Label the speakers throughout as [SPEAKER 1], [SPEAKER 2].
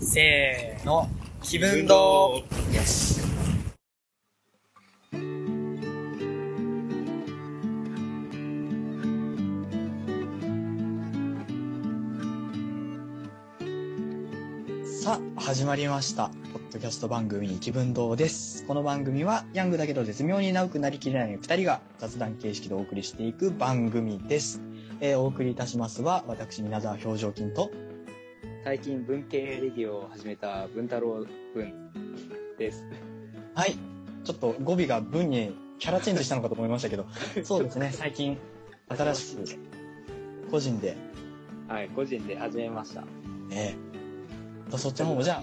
[SPEAKER 1] せーの、気分堂よし。
[SPEAKER 2] さあ始まりましたポッドキャスト番組「気分堂」ですこの番組はヤングだけど絶妙に長くなりきれない2人が雑談形式でお送りしていく番組です、えーお送りいたしますは私皆沢表情筋と
[SPEAKER 3] 最近文系レディオを始めた文太郎文です。
[SPEAKER 2] はいちょっと語尾が文にキャラチェンジしたのかと思いま したけどそうですね最近新しく個人で、
[SPEAKER 3] はい、個人で始めました。
[SPEAKER 2] えーそっちの方もじゃあ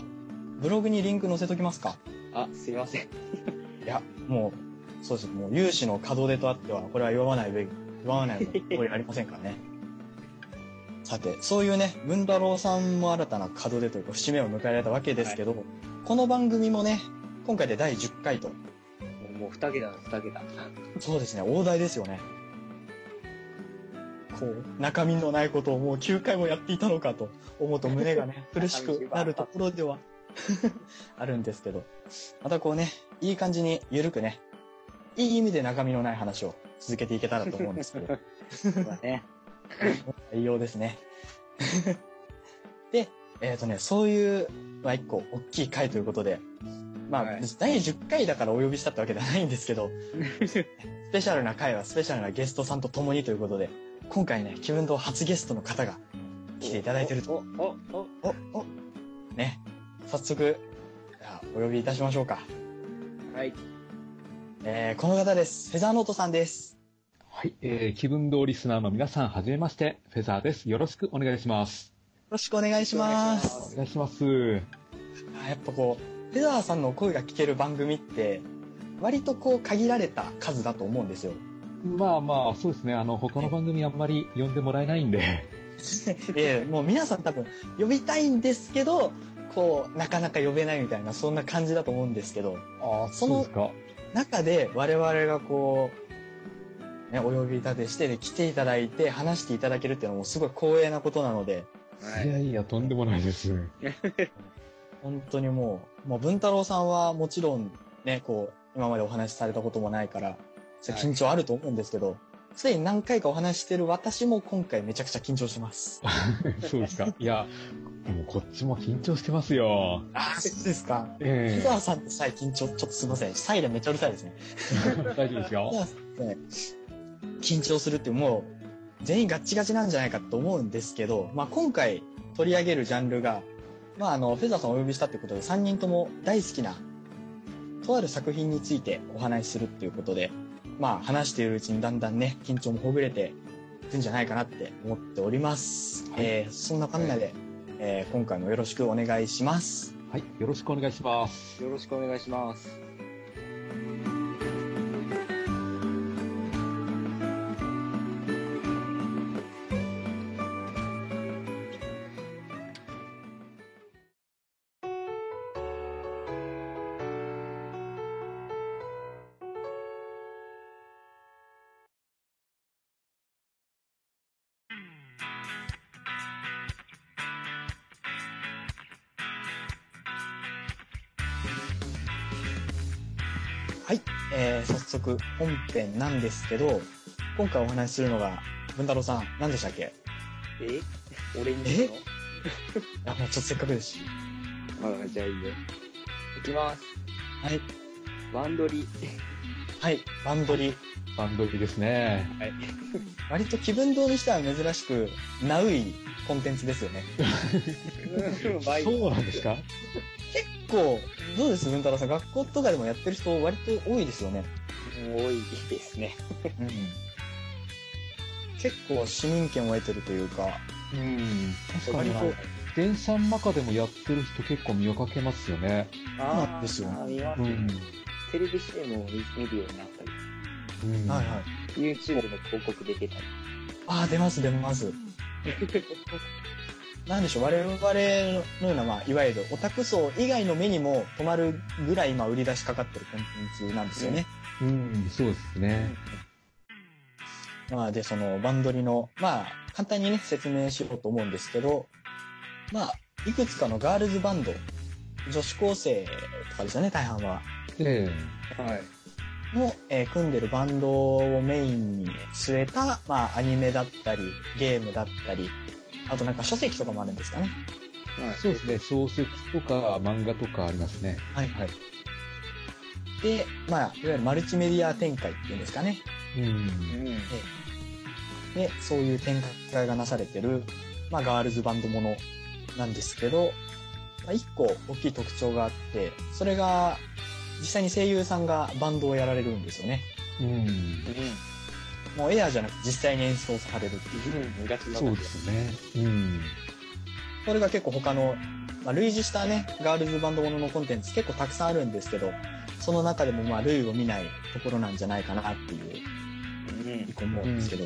[SPEAKER 2] ブログにリンク載せときますか
[SPEAKER 3] あ、すいません。
[SPEAKER 2] いや、もう、そうです。もう、有志の門出とあっては、これは祝わないべき、祝わないべき、これありませんからね。 さて、そういうね、文太郎さんも新たな門出というか、節目を迎えられたわけですけど、この番組もね、今回で第10回と、
[SPEAKER 3] もうもう二桁だ、二桁。
[SPEAKER 2] そうですね、大台ですよね。こう、中身のないことをもう9回もやっていたのかと思うと胸がね、苦しくなるところでは あるんですけど、またこうね、いい感じに緩くね、いい意味で中身のない話を続けていけたらと思うんですけど、
[SPEAKER 3] そうだね。
[SPEAKER 2] 内容ですね。で、えっ、とね、そういう、まあ一個大きい回ということで、まあ、
[SPEAKER 3] はい
[SPEAKER 2] 第10回だからお呼びしたってわけではないんですけ ど、スペシャルな回はスペシャルなゲストさんと共にということで、今回ね、気分堂初ゲストの方が来ていただいてると。
[SPEAKER 3] お、お、お、お
[SPEAKER 2] お、お、ね、早速、じゃあお呼びいたしましょうか。
[SPEAKER 3] はい。
[SPEAKER 2] えー、この方です。フェザーノートさんです。
[SPEAKER 4] はい、えー、気分通りリスナーの皆さん、はじめまして、フェザーです。よろしくお願いします。
[SPEAKER 2] よろしくお願いします。
[SPEAKER 4] お願いします。
[SPEAKER 2] あやっぱこう、フェザーさんの声が聞ける番組って、割とこう限られた数だと思うんですよ。
[SPEAKER 4] まあまあ、そうですね、あの、他の番組あんまり呼んでもらえないんで、
[SPEAKER 2] ええもう皆さん多分呼びたいんですけど、こう、なかなか呼べないみたいな、そんな感じだと思うんですけど、
[SPEAKER 4] ああ、
[SPEAKER 2] その
[SPEAKER 4] ですか。
[SPEAKER 2] 中で我々がこう、ね、お呼び立てして、で来ていただいて話していただけるっていうのもすごい光栄なことなので、
[SPEAKER 3] はい
[SPEAKER 4] や
[SPEAKER 3] い。
[SPEAKER 4] いや、とんでもないです。
[SPEAKER 2] 本当にもう、もう文太郎さんはもちろんね、こう、今までお話しされたこともないから、それ緊張あると思うんですけど、す、で、に何回かお話ししてる私も今回めちゃくちゃ緊張してます。あ
[SPEAKER 4] そうですか。いや、もうこっちも緊張してますよ。
[SPEAKER 2] あ、そうですか。
[SPEAKER 4] え
[SPEAKER 2] 木
[SPEAKER 4] え
[SPEAKER 2] 沢さんとさえ緊張、ちょっとすいません。サイレンめっちゃうるさいですね。
[SPEAKER 4] 大丈夫ですよ
[SPEAKER 2] 木。沢さんって緊張するってもう、全員ガッチガチなんじゃないかと思うんですけど、まあ今回取り上げるジャンルが、まああの、フェザーさんをお呼びしたってことで、3人とも大好きな、とある作品についてお話しするっていうことで、まあ話しているうちにだんだんね、緊張もほぐれていくんじゃないかなって思っております。
[SPEAKER 4] はい
[SPEAKER 2] えーそんなこんなで、えー今回もよろしくお願いします。
[SPEAKER 4] はい、よろしくお願いします。
[SPEAKER 3] よろしくお願いします。
[SPEAKER 2] はい、えー、早速本編なんですけど、今回お話しするのが、文太郎さん、何でしたっけ
[SPEAKER 3] え俺にですの
[SPEAKER 2] あ、もうちょっとせっかくですし。
[SPEAKER 3] あ、じゃあいいよ。いきます。
[SPEAKER 2] はい、
[SPEAKER 3] バンドリ。
[SPEAKER 2] はい、バンドリ。
[SPEAKER 4] バンドリですね。
[SPEAKER 2] 割と気分堂にしては珍しく、ナウイコンテンツですよね。
[SPEAKER 3] バイ
[SPEAKER 4] そうなんですか
[SPEAKER 2] 結構、どうです文太郎さん、学校とかでもやってる人割と多いですよね。
[SPEAKER 3] 多いですね。
[SPEAKER 2] うん。結構市民権を得てるというか、
[SPEAKER 4] うん。確かに
[SPEAKER 2] 割、と
[SPEAKER 4] 電車の中でもやってる人結構見かけますよね。
[SPEAKER 2] そうなんですよ
[SPEAKER 3] あー見ます
[SPEAKER 4] う
[SPEAKER 3] ね
[SPEAKER 4] ん。
[SPEAKER 3] テレビ CM を見見るようになったり、
[SPEAKER 4] うん、
[SPEAKER 2] はいはい。
[SPEAKER 3] YouTube の広告で出たり。
[SPEAKER 2] ああ、出ます出ます。なんでしょう、我々のような、まあ、いわゆるオタク層以外の目にも止まるぐらい、今、売り出しかかってるコンテンツなんですよね。
[SPEAKER 4] うん、そうですね。
[SPEAKER 2] まあ、で、その、バンドリの、まあ、簡単にね、説明しようと思うんですけど、まあ、いくつかのガールズバンド、女子高生とかですよね、大半は。
[SPEAKER 4] え
[SPEAKER 3] はい。
[SPEAKER 2] の、えー組んでるバンドをメインに据えた、まあ、アニメだったり、ゲームだったり、あとなんか書籍とかもあるんですかね。
[SPEAKER 4] えそうですね。小説とか漫画とかありますね。
[SPEAKER 2] はいはい。で、まあ、いわゆるマルチメディア展開っていうんですかね。
[SPEAKER 4] うん。
[SPEAKER 3] ね。
[SPEAKER 2] で、そういう展開がなされてる、まあ、ガールズバンドものなんですけど、まあ、一個大きい特徴があって、それが、実際に声優さんがバンドをやられるんですよね。
[SPEAKER 4] うん。
[SPEAKER 2] もうエアーじゃなくて実際に演奏されるっていう。
[SPEAKER 3] うん。ガチガチ。
[SPEAKER 4] そうですね。うん。
[SPEAKER 2] それが結構他の、まあ、類似したね、ガールズバンドもののコンテンツ結構たくさんあるんですけど、その中でもまあ類を見ないところなんじゃないかなっていう、
[SPEAKER 3] うん
[SPEAKER 2] 一。個思うんですけど。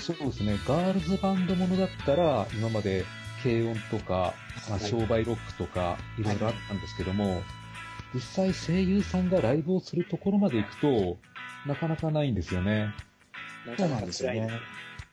[SPEAKER 4] そうですね。ガールズバンドものだったら、今まで軽音とか、まあ、商売ロックとか、いろいろあったんですけども、実際声優さんがライブをするところまで行くと、なかなかないんですよね。
[SPEAKER 3] な
[SPEAKER 2] そう
[SPEAKER 3] か
[SPEAKER 2] な
[SPEAKER 3] なんか
[SPEAKER 2] ですよ
[SPEAKER 3] 辛い。
[SPEAKER 2] ね。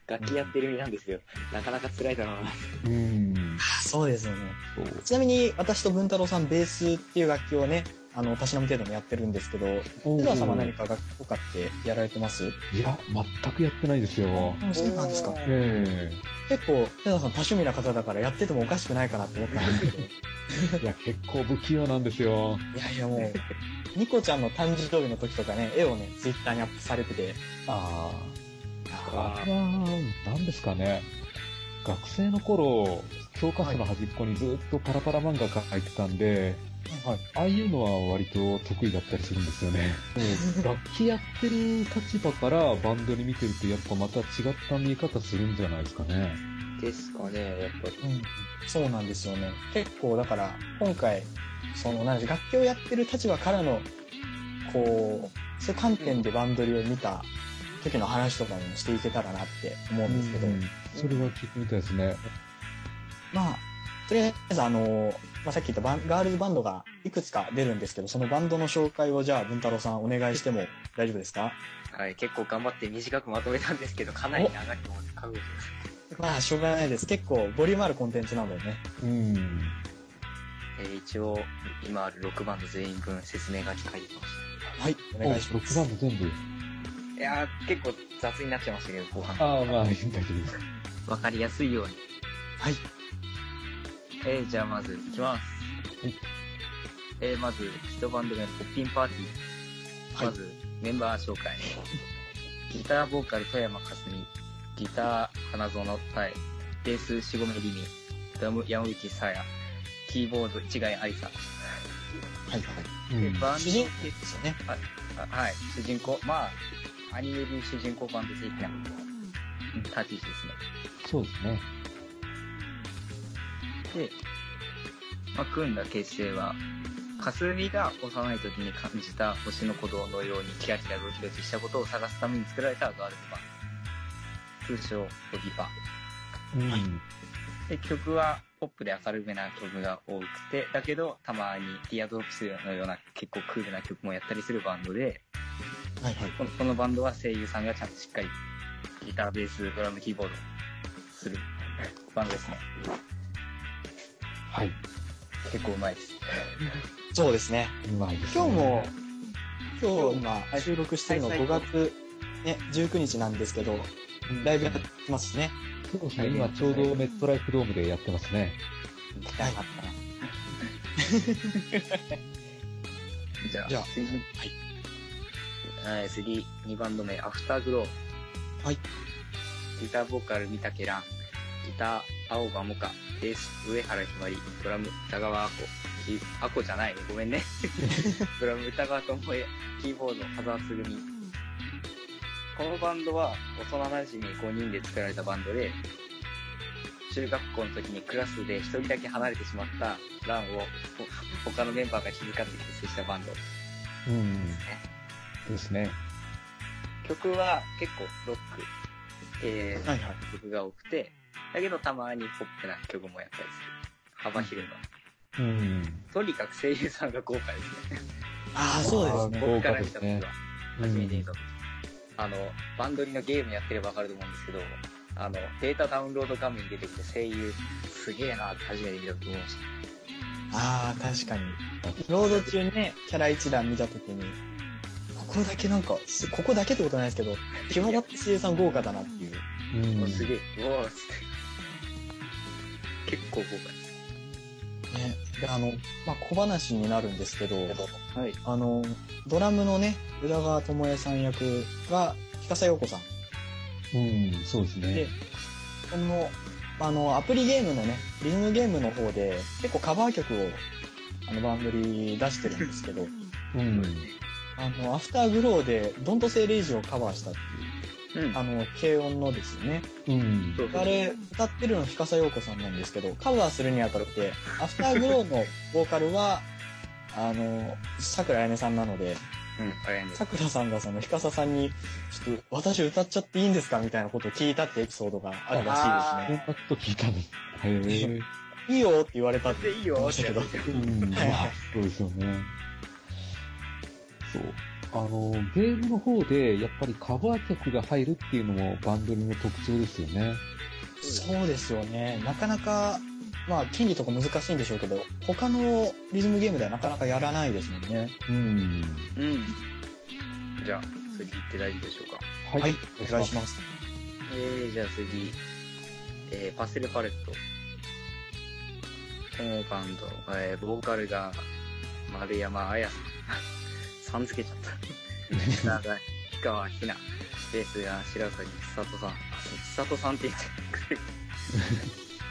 [SPEAKER 3] 楽器やってる身なんですよ。なかなか辛いだろうな。
[SPEAKER 4] うん。
[SPEAKER 2] あそうですよね。
[SPEAKER 4] そう。
[SPEAKER 2] ちなみに私と文太郎さんベースっていう楽器をね、あの、たしなみ程度もやってるんですけど、
[SPEAKER 4] お
[SPEAKER 2] ル
[SPEAKER 4] ー
[SPEAKER 2] ラ様何か楽器とかってやられてます
[SPEAKER 4] いや、全くやってないですよ。
[SPEAKER 2] そうなんですか。
[SPEAKER 4] え
[SPEAKER 2] 結構、テナさん多趣味な方だからやっててもおかしくないかなって思ったん ですけど。
[SPEAKER 4] えいや、結構不器用なんですよ。
[SPEAKER 2] いやいやもう、ニコちゃんの誕生日の時とかね、絵をね、ツイッターにアップされてて、
[SPEAKER 4] ああ。
[SPEAKER 3] あ
[SPEAKER 4] あれは、なんですかね。学生の頃、教科書の端っこにずっとパラパラ漫画が入ってたんで、
[SPEAKER 2] はい、
[SPEAKER 4] ああいうのは割と得意だったりするんですよ ね。楽器やってる立場からバンドに見てるとやっぱまた違った見え方するんじゃないですかね。
[SPEAKER 3] ですかね、やっぱり。
[SPEAKER 2] うん、そうなんですよね。結構だから、今回、その、なんでしょう楽器をやってる立場からの、こう、そういう観点でバンドリを見た時の話とかもしていけたらなって思うんですけど、
[SPEAKER 4] うんそれは聞いてみたいですね。
[SPEAKER 2] まあ、とりあえずあの、まあ、さっき言ったバンガールズバンドがいくつか出るんですけど、そのバンドの紹介をじゃあ、文太郎さんお願いしても大丈夫ですか
[SPEAKER 3] はい、結構頑張って短くまとめたんですけど、かなり長いと思うんです。覚悟します
[SPEAKER 2] まあ、しょうがないです。結構、ボリュームあるコンテンツなんだよね。
[SPEAKER 4] うん。
[SPEAKER 3] えー一応、今ある6番の全員分説明書き書いてきまし
[SPEAKER 2] はい、お願いします。
[SPEAKER 4] 6バンド全部。
[SPEAKER 3] た。いやー、結構雑になっちゃいましたけど、後半。
[SPEAKER 4] ああ、まあ、いいんだけど。
[SPEAKER 3] わかりやすいように。
[SPEAKER 2] はい。
[SPEAKER 3] えー、じゃあまず、いきます。
[SPEAKER 4] はい
[SPEAKER 3] えー、まず、一バンド目、ポッピンパーティー。
[SPEAKER 2] はい
[SPEAKER 3] まず、メンバー紹介。ギターボーカル、富山かすみ。ギター、花園太。ベース、しごめりみ。ドラム、山口さや。キーボード、市貝ありさ。
[SPEAKER 2] はい、は
[SPEAKER 4] うん
[SPEAKER 3] で、バ
[SPEAKER 2] い。
[SPEAKER 3] ン
[SPEAKER 2] 主
[SPEAKER 3] ド
[SPEAKER 2] 人公ですよね。
[SPEAKER 3] あはい、主人公、まあ、アニメで主人公版で的な立ち位置
[SPEAKER 4] そうですね。
[SPEAKER 3] ですね。で、まあ、組んだ結成は、かすみが幼い時に感じた星の鼓動のようにキラキラドキドキしたことを探すために作られたガールズバンド。通称、オギバ。
[SPEAKER 4] うん。
[SPEAKER 3] で、曲はポップで明るめな曲が多くて、だけど、たまにティアドロップスのような結構クールな曲もやったりするバンドで、
[SPEAKER 2] はい、はい。
[SPEAKER 3] このこのバンドは声優さんがちゃんとしっかりギター、ベース、ドラム、キーボードするバンドですね。
[SPEAKER 4] はい。
[SPEAKER 3] 結構うまいです。
[SPEAKER 2] そうですね。
[SPEAKER 4] うまいです、ね。
[SPEAKER 2] 今日も、今日今収録してるの
[SPEAKER 3] はい
[SPEAKER 2] 5
[SPEAKER 3] 最高
[SPEAKER 2] 月、ね、19日なんですけど、ライブやってますね。
[SPEAKER 4] そうですね。今ちょうどメットライフドームでやってますね。
[SPEAKER 2] はい。
[SPEAKER 3] じゃあ、
[SPEAKER 2] じゃあ
[SPEAKER 3] 次。はい。次、2バンド目、アフターグロー。
[SPEAKER 2] はい。
[SPEAKER 3] ギターボーカル、三竹蘭。ギター、青葉もか。ベース、上原ひまり。ドラム、歌川あこ。キーあこじゃないね。ごめん ね。ドラム、歌川智恵。キーボード、羽沢つぐみ。このバンドは、幼馴染5人で作られたバンドで、中学校の時にクラスで一人だけ離れてしまったランをほ他のメンバーが気遣って結成したバンド。
[SPEAKER 4] うん。ですね。
[SPEAKER 3] 曲は結構ロック、えー
[SPEAKER 2] はい、はい。
[SPEAKER 3] 曲が多くて、だけどたまにポップな曲もやったりする。幅広いの。
[SPEAKER 4] うん。
[SPEAKER 3] とにかく声優さんが豪華ですね。
[SPEAKER 2] ああ、そうですね。
[SPEAKER 4] 豪
[SPEAKER 3] 僕か
[SPEAKER 4] 華
[SPEAKER 3] ら
[SPEAKER 4] で
[SPEAKER 3] 見
[SPEAKER 4] す
[SPEAKER 3] た時
[SPEAKER 4] ね
[SPEAKER 3] は、初めて見た時。あの、バンドリのゲームやってればわかると思うんですけど、あの、データダウンロード画面に出てきて声優、すげえなって初めて見たと思いまし
[SPEAKER 2] ああ、確かに。ロード中にね、キャラ一覧見たときに、ここだけなんか、すここだけってことはないですけど、際立って声優さん豪華だなっていう。
[SPEAKER 3] た。 もう
[SPEAKER 4] う
[SPEAKER 3] す
[SPEAKER 4] ん
[SPEAKER 3] げえ、うおーっつって。結構豪華です。
[SPEAKER 2] ね、であの、まあ、小話になるんですけど、
[SPEAKER 3] はい。
[SPEAKER 2] あの、ドラムのね、宇田川智恵さん役が、ひかさようこさん。
[SPEAKER 4] うん、そうです
[SPEAKER 2] で
[SPEAKER 4] ね。、
[SPEAKER 2] この、あの、アプリゲームのね、リズムゲームの方で、結構カバー曲を、あの、番組出してるんですけど、
[SPEAKER 4] うん。
[SPEAKER 2] あの、アフターグローで、ドントセイレイジをカバーしたっていう、
[SPEAKER 3] うん。
[SPEAKER 2] あの、軽音のですよね。
[SPEAKER 4] うん。
[SPEAKER 3] そうそう
[SPEAKER 2] あれ、歌ってるのひかさようこさんなんですけど、カバーするにあたって、アフターグローのボーカルは、あの、桜彩音さんなので、
[SPEAKER 3] うん、あれやね。
[SPEAKER 2] 桜さんがそのひかささんに、ちょっと私歌っちゃっていいんですかみたいなことを聞いたってエピソードがあるらしい
[SPEAKER 4] コンタクト聞いたの。へえ。
[SPEAKER 2] ですね。いいよって言われたって。
[SPEAKER 3] で、いいよってやつですよ
[SPEAKER 4] うん、ま
[SPEAKER 2] はいはい
[SPEAKER 4] あ、そうですよね。そう。あの、ゲームの方で、やっぱりカバー曲が入るっていうのもバンドリの特徴ですよね。
[SPEAKER 2] そうですよね。なかなか、まあ、権利とか難しいんでしょうけど、他のリズムゲームではなかなかやらないですもんね。
[SPEAKER 4] うん。
[SPEAKER 3] うん。じゃあ、次行って大丈夫でしょうか。
[SPEAKER 4] は
[SPEAKER 2] はい、お願いします。
[SPEAKER 3] えー、じゃあ次、えー、パステルパレット。このバンド、えー、ボーカルが丸山彩さん。さ ん付けちゃった。ギターが氷川ひな。ベースが白崎千里さん。あ、そう千里さんって言っちゃっ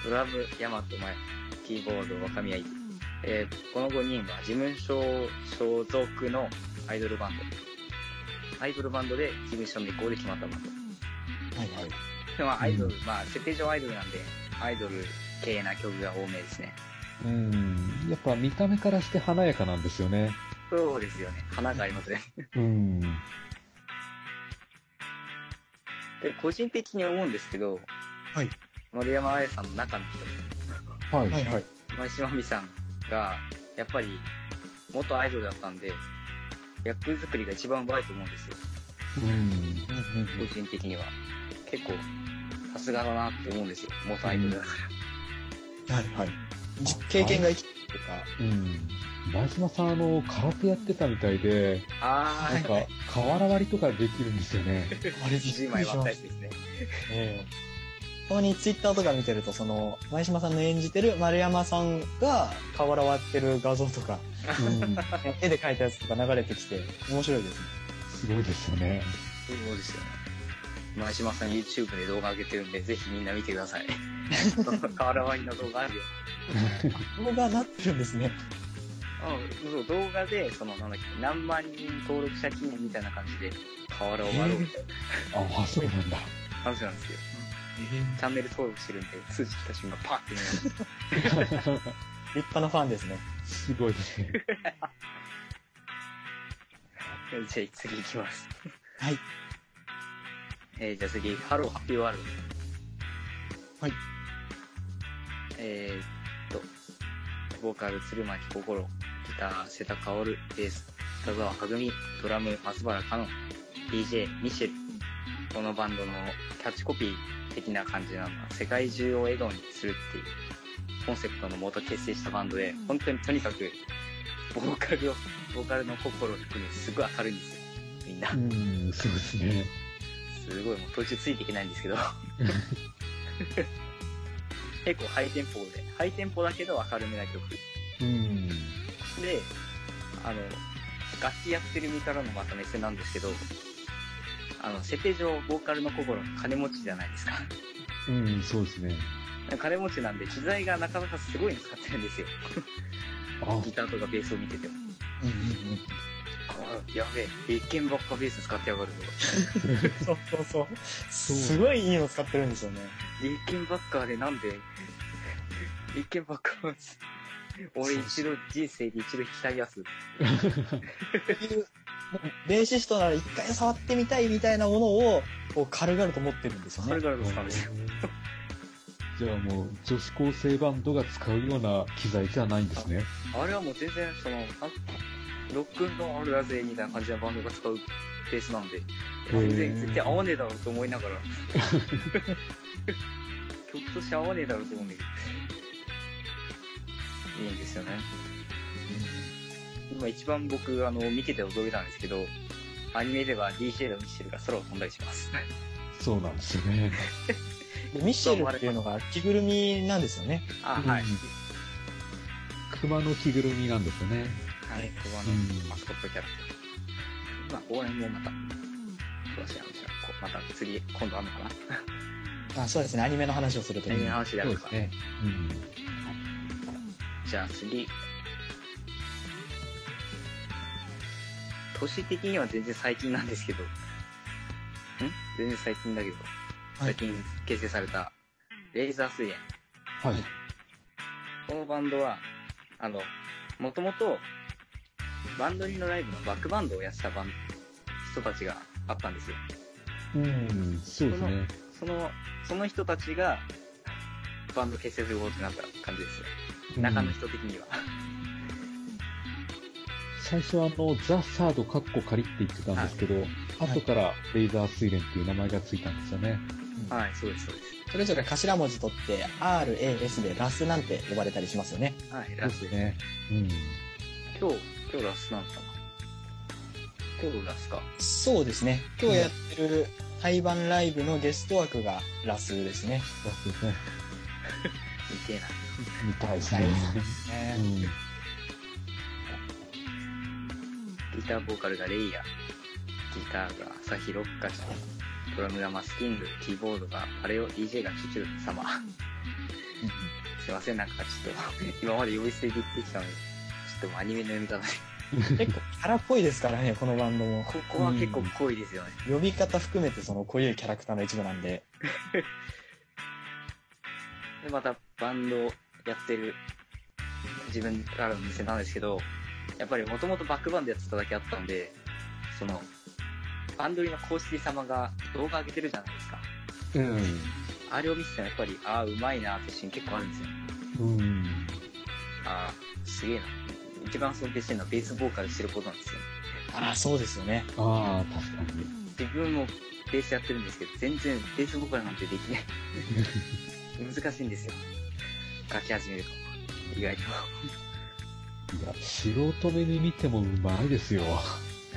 [SPEAKER 3] た。ドラム、大和麻也。キーボード、若宮優。えー、この5人は事務所所属のアイドルバンド。アイドルバンドで事務所の意向で決まったバンド。
[SPEAKER 2] はいはい。
[SPEAKER 3] でもまあアイドル、まあ設定上アイドルなんで、アイドル系な曲が多めですね。
[SPEAKER 4] うん。やっぱ見た目からして華やかなんですよね。
[SPEAKER 3] そうですよね。花がありますね。
[SPEAKER 4] うん。
[SPEAKER 3] で、個人的に思うんですけど、
[SPEAKER 2] はい。
[SPEAKER 3] 森山彩さんの中の人、
[SPEAKER 4] はい。
[SPEAKER 2] はいはい。
[SPEAKER 3] 前島美さんが、やっぱり、元アイドルだったんで、役作りが一番うまいと思うんですよ。
[SPEAKER 4] うん。
[SPEAKER 3] 個人的には。結構、さすがだなって思うんですよ。元アイドルだから。
[SPEAKER 2] はいはい。じ経験が生きてるとか、
[SPEAKER 4] うん。前島さん、あの、空手やってたみたいで、
[SPEAKER 3] あー、
[SPEAKER 4] なんか、瓦割りとかできるんですよ ね。
[SPEAKER 2] あれびっくりし
[SPEAKER 3] 10
[SPEAKER 2] ま
[SPEAKER 3] 枚割
[SPEAKER 2] し
[SPEAKER 3] ったた
[SPEAKER 2] ね
[SPEAKER 3] りですね。
[SPEAKER 2] ええたまにツイッターとか見てると、その、前島さんの演じてる丸山さんが瓦割ってる画像と か、
[SPEAKER 4] うん。
[SPEAKER 2] 絵で描いたやつとか流れてきて、面白いですね。
[SPEAKER 4] すごいですよね。
[SPEAKER 3] そうですよね。前島さん YouTube で動画上げてるんで、ぜひみんな見てください。河原ワインの動画あるよ。
[SPEAKER 2] 動画なってるんですね。
[SPEAKER 3] うん、そう、動画で、その、なんだっけ、何万人登録者記念みたいな感じで、河原を割ろうみたい
[SPEAKER 4] あ、そうなんだ。
[SPEAKER 3] な話なんですよ。チャンネル登録してるんで、通知来た瞬間パッて見ます。
[SPEAKER 2] 立派なファンですね。
[SPEAKER 4] すごいですね。
[SPEAKER 3] じゃあ次行きます。
[SPEAKER 2] はい。
[SPEAKER 3] えー、じゃあ次、ハローハッピーワールド。
[SPEAKER 2] はい。
[SPEAKER 3] えー、っと、ボーカル鶴巻心、ギター瀬田薫、ベース田沢はぐみ、ドラム松原香音、DJ ミシェル。このバンドのキャッチコピー的な感じなのは、世界中を笑顔にするっていうコンセプトのもと結成したバンドで、本当にとにかく、ボーカルを、ボーカルの心を含めすごい明るいんですよ。みんな。
[SPEAKER 4] うん、そうですね。
[SPEAKER 3] すごい、もう途中ついていけないんですけ ど。結構ハイテンポで、ハイテンポだけど明るめな曲。
[SPEAKER 4] うん。
[SPEAKER 3] で、あの、楽器やってる身からのまた目線なんですけど、あの、設定上、ボーカルの心、金持ちじゃないですか。
[SPEAKER 4] うん、そうですね。
[SPEAKER 3] 金持ちなんで、機材がなかなかすごいの使ってるんですよ。
[SPEAKER 4] あ、
[SPEAKER 3] ギターとかベースを見てても。
[SPEAKER 2] うんうんうん。
[SPEAKER 3] あやべえ、一見ばっかベース使ってやがるとか。
[SPEAKER 2] そうそうそう。すごいいいの使ってるんですよね。
[SPEAKER 3] 一見ばっかでなんで、一見ばっか俺一度、人生で一度弾きたいやつ。
[SPEAKER 2] ベーシストなら一回触ってみたいみたいなものを、こう軽々と持ってるんですよ
[SPEAKER 3] それ
[SPEAKER 2] ね。
[SPEAKER 3] からの使うんですよ。
[SPEAKER 4] じゃあもう、女子高生バンドが使うような機材じゃないんですね。
[SPEAKER 3] あれはもう全然、その、なんロックンロールだぜ、みたいな感じのバンドが使うベースなんで、全然絶対合わねえだろうと思いながら。曲として合わねえだろうと思うんだけど。いいんですよね。今一番僕、あの、見てて驚いたんですけど、アニメでは DJ のミッシェルが空を飛んだりします。
[SPEAKER 4] そうなんですよね。
[SPEAKER 2] でミッシェルっていうのが着ぐるみなんですよね。
[SPEAKER 3] あ、はい。
[SPEAKER 4] うん熊の着ぐるみなんですよね。
[SPEAKER 3] はい、ここはあ
[SPEAKER 4] うん
[SPEAKER 3] の、マスコットキャラクター。まあ、ここら辺もまた、詳しい話は、こうまた次、今度あるのかな
[SPEAKER 2] あそうですね、アニメの話をするとき
[SPEAKER 3] 全
[SPEAKER 2] に
[SPEAKER 3] 然。話であ
[SPEAKER 4] そう
[SPEAKER 3] る
[SPEAKER 4] で
[SPEAKER 3] のか
[SPEAKER 4] すね。うん。
[SPEAKER 3] じゃあ次。年的には全然最近なんですけど。ん全然最近だけど。
[SPEAKER 2] はい
[SPEAKER 3] 最近結成された、レイザー水炎。
[SPEAKER 4] はい。
[SPEAKER 3] このバンドは、あの、もともと、バンドリーのライブのバックバンドをやってたバン人たちがあったんですよ。
[SPEAKER 4] うん、そうですね。
[SPEAKER 3] その、その人たちが、バンド結成することになった感じですね。中の人的には。
[SPEAKER 4] 最初はあの、ザ・サードカッコ仮って言ってたんですけど、後からレイザー水蓮っていう名前がついたんですよね。
[SPEAKER 3] はい、そうです、そうです。
[SPEAKER 2] それぞれ頭文字取って RAS でラスなんて呼ばれたりしますよね。
[SPEAKER 3] はい、ラスです。
[SPEAKER 4] ね。うん。
[SPEAKER 3] 今日、今日ラスなのかな今日ラスか。
[SPEAKER 2] そうですね。今日やってる対バンライブのゲスト枠がラスですね。
[SPEAKER 4] そうですね。
[SPEAKER 3] 似てえな。
[SPEAKER 4] みたいですね。うん。
[SPEAKER 3] ギターボーカルがレイヤー。ギターが朝日ロッカちゃん。ドラムがマスキング。キーボードがパレオ、DJ がチュチュ様。すいません、なんかちょっと、今まで呼び捨てで言ってきたのに、ちょっともうアニメの読み方で。
[SPEAKER 2] 結構キャラっぽいですからね、このバンドも。
[SPEAKER 3] ここは結構濃いですよね。
[SPEAKER 2] 呼び方含めてその濃いキャラクターの一部なんで。
[SPEAKER 3] で、またバンドをやってる自分からの店なんですけど、やっぱりもともとバックバンドやってただけあったんで、その、バンドリの公式様が動画上げてるじゃないですか。
[SPEAKER 4] うん。
[SPEAKER 3] あれを見てたらやっぱり、ああ、うまいなってシーン結構あるんですよ。
[SPEAKER 4] うん。
[SPEAKER 3] ああ、すげえな。一番尊敬してるのはベースボーカルしてることなんですよ。
[SPEAKER 2] ああ、そうですよね。
[SPEAKER 4] ああ、確かに。
[SPEAKER 3] 自分もベースやってるんですけど、全然ベースボーカルなんてできない。 難しいんですよ。書き始めると。意外と。
[SPEAKER 4] いや、素人目に見てもうまいですよ。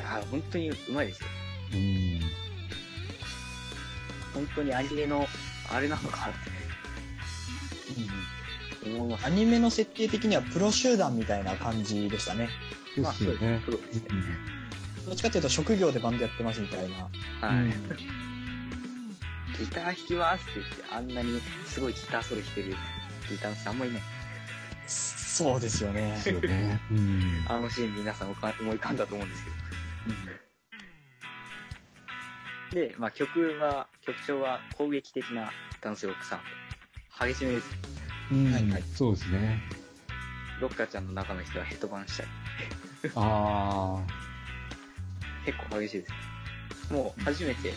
[SPEAKER 3] ああ、本当にうまいですよ。
[SPEAKER 4] うん。
[SPEAKER 3] 本当にアニメの、あれなのかなって思います。
[SPEAKER 2] アニメの設定的にはプロ集団みたいな感じでしたね。
[SPEAKER 4] で
[SPEAKER 3] まあ、
[SPEAKER 4] す
[SPEAKER 3] そう
[SPEAKER 4] よ
[SPEAKER 3] ですね
[SPEAKER 4] ね。。
[SPEAKER 3] プロですね。
[SPEAKER 2] どっちかっていうと職業でバンドやってますみたいな。
[SPEAKER 4] うん
[SPEAKER 3] はい。ギター弾きますって言って、あんなにすごいギターソロ弾けるギターの人あんまりいない。
[SPEAKER 2] そうですよね
[SPEAKER 4] で。すよね。うん。
[SPEAKER 3] あのシーン皆さん思い浮かんだと思うんですけど。で、まあ、曲は、曲調は攻撃的なダンスロックさん。激しめです。
[SPEAKER 4] うん
[SPEAKER 2] はいはい
[SPEAKER 4] そうですね。
[SPEAKER 3] ロッカーちゃんの中の人はヘッドバンしたり。
[SPEAKER 4] あ
[SPEAKER 3] 結構激しいです。もう、初めて、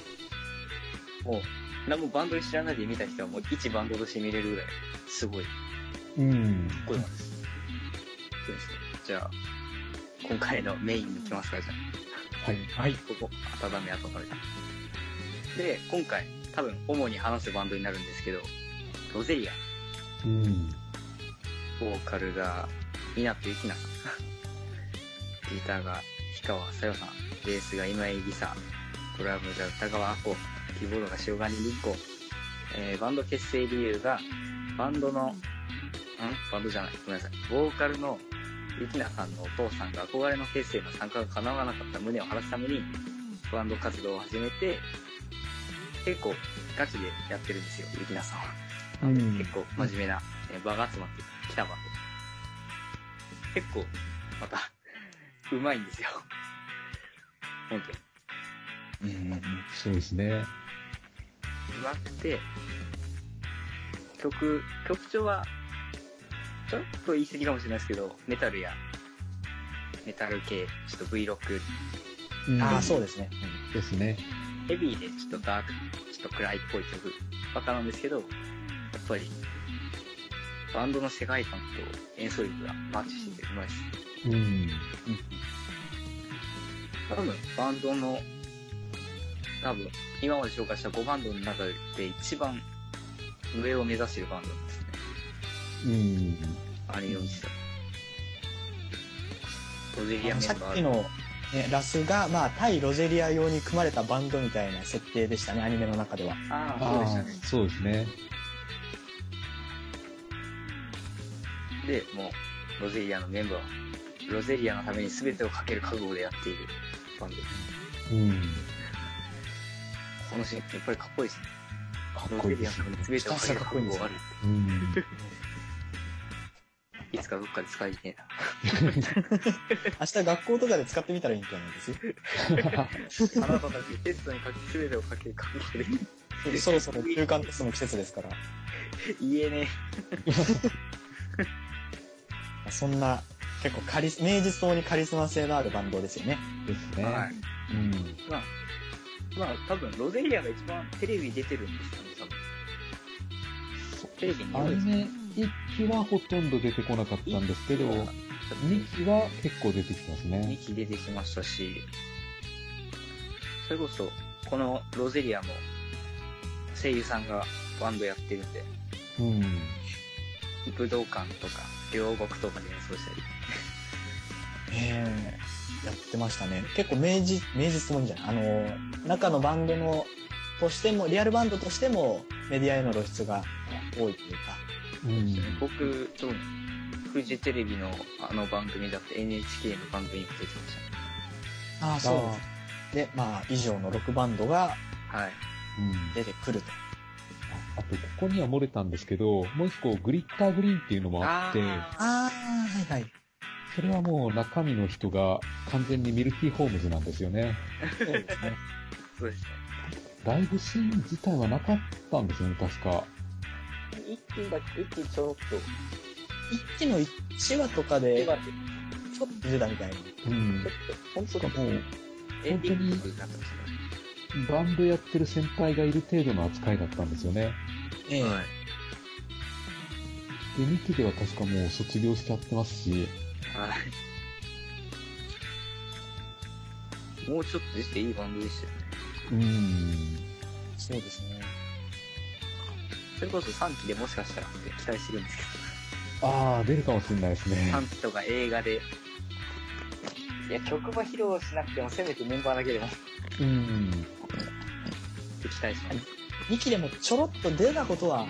[SPEAKER 3] もう、何もバンドに知らないで見た人はもう一バンドとして見れるぐらい、すごい、か
[SPEAKER 4] あ、うん。
[SPEAKER 3] っこいいです。そうですね。じゃあ、今回のメインに行きますか、じゃあ。
[SPEAKER 4] はい。
[SPEAKER 2] はい。
[SPEAKER 3] ここ、温め温めた。で、今回、多分、主に話すバンドになるんですけど、ロゼリア、
[SPEAKER 4] うん。
[SPEAKER 3] ボーカルが、稲とゆきなさん。 ギターが、氷川さよさん。ベースが今井りさ。ドラムが歌川あこ。キーボードが塩金りっこ。えー、バンド結成理由が、バンドの、んバンドじゃない。ごめんなさい。ボーカルの、ゆきなさんのお父さんが憧れの結成の参加が叶わなかった胸を晴らすために、バンド活動を始めて、結構ガチでやってるんですよ、ゆきなさんは。
[SPEAKER 4] うん
[SPEAKER 3] 結構真面目な、えー場が集まってきた場で。結構、また、うまいんですよ。本当に。
[SPEAKER 4] そうですね。
[SPEAKER 3] うまくて、曲、曲調は、ちょっと言い過ぎかもしれないですけど、メタルや、メタル系、ちょっと V ロック、
[SPEAKER 4] うん
[SPEAKER 2] ああ、そうですね。
[SPEAKER 4] ですね。
[SPEAKER 3] ヘビーでちょっとダーク、ちょっと暗いっぽい曲ばっかなんですけど、やっぱり、バンドの世界観と演奏力がマッチしててうまいです。
[SPEAKER 4] うん。
[SPEAKER 3] 多分、バンドの、多分、今まで紹介した5バンドの中で一番上を目指してるバンドなんですね。
[SPEAKER 4] うん。
[SPEAKER 3] あれを見てた。ロゼリアメン
[SPEAKER 2] さ
[SPEAKER 3] バー
[SPEAKER 2] っ
[SPEAKER 3] あ
[SPEAKER 2] き
[SPEAKER 3] る。
[SPEAKER 2] の、ね、ラスが、まあ、対ロゼリア用に組まれたバンドみたいな設定でしたね、アニメの中では。
[SPEAKER 3] ああ、そうでし
[SPEAKER 4] あ
[SPEAKER 3] た
[SPEAKER 4] あ
[SPEAKER 3] ね。、
[SPEAKER 4] そうですね。
[SPEAKER 3] で、もう、ロゼリアのメンバーは、ロゼリアのために全てをかける覚悟でやっているバンド。
[SPEAKER 4] うん。
[SPEAKER 3] このシーン、やっぱりかっこいいですね。
[SPEAKER 4] かっ
[SPEAKER 3] ロ
[SPEAKER 4] こい
[SPEAKER 3] ゼ
[SPEAKER 4] い
[SPEAKER 3] リ
[SPEAKER 4] で
[SPEAKER 3] アの
[SPEAKER 4] す
[SPEAKER 3] ため
[SPEAKER 4] ね
[SPEAKER 3] に。全てをかける覚悟がある。
[SPEAKER 4] うん。
[SPEAKER 3] いつかどっかで使いてえな。
[SPEAKER 2] 明日学校とかで使ってみたらいいんじゃないです
[SPEAKER 3] あなたたちテストにかけ、全てをかける覚悟で、
[SPEAKER 2] そろそろ中間テストの季節ですから。
[SPEAKER 3] 言えね
[SPEAKER 2] そんな、結構カリス、名実ともにカリスマ性のあるバンドですよね。
[SPEAKER 4] ですね。
[SPEAKER 3] え。はい。
[SPEAKER 4] うん。
[SPEAKER 3] まあ、まあ、多分、ロゼリアが一番テレビ出てるんですよね、多分。テレビに
[SPEAKER 4] アニメ1期はほとんど出てこなかったんですけど、2期は結構出てきます
[SPEAKER 3] 2
[SPEAKER 4] ね。
[SPEAKER 3] 期出てきましたし、それこそ、このロゼリアも声優さんがバンドやってるんで、
[SPEAKER 4] うん。
[SPEAKER 3] 武道館とか、両国とかで演奏したり、
[SPEAKER 2] ええやってましたね。結構名実、名実ともにじゃない。あの、中のバンドの、としても、リアルバンドとしても、メディアへの露出が多いというか。
[SPEAKER 4] うん。
[SPEAKER 3] 僕、そうフジテレビのあの番組だって NHK の番組にも出てま
[SPEAKER 2] あ
[SPEAKER 3] し
[SPEAKER 2] あ、
[SPEAKER 4] そうです
[SPEAKER 2] で、まあ、以上の6バンドが
[SPEAKER 3] た。はい。
[SPEAKER 4] うん
[SPEAKER 2] 出てくると。
[SPEAKER 4] あと、ここには漏れたんですけど、もう一個、グリッターグリーンっていうのもあって、
[SPEAKER 3] あ
[SPEAKER 2] ああ、はいはい。
[SPEAKER 4] それはもう中身の人が完全にミルキーホームズなんですよね。
[SPEAKER 2] そうですね。
[SPEAKER 3] ーそうですね。
[SPEAKER 4] ライブシーン自体はなかったんですよね、確か。
[SPEAKER 3] 一気だけ、一気ちょろっと。
[SPEAKER 2] 一期の1話とかで、ちょっと出たみたいな。
[SPEAKER 4] うん。
[SPEAKER 3] 本当
[SPEAKER 4] だもう
[SPEAKER 3] エンディング曲になってまし
[SPEAKER 4] バンドやってる先輩がいる程度の扱いだったんですよね。
[SPEAKER 2] ええ
[SPEAKER 3] たね。はい。
[SPEAKER 4] で、2期では確かもう卒業しちゃってますし、
[SPEAKER 3] はい。もうちょっと出ていいバンドでしたよ
[SPEAKER 4] う
[SPEAKER 3] ね。
[SPEAKER 4] ん。
[SPEAKER 2] そうですね。
[SPEAKER 3] それこそ3期でもしかしたらって期待してるんです
[SPEAKER 4] ああ、出るかもしれないです
[SPEAKER 3] け
[SPEAKER 4] ね
[SPEAKER 3] ど、。3期とか映画で。いや、曲は披露しなくても、せめてメンバーだけでもっ
[SPEAKER 4] うん。
[SPEAKER 3] て期待します。
[SPEAKER 2] 2期でもちょろっと出たことは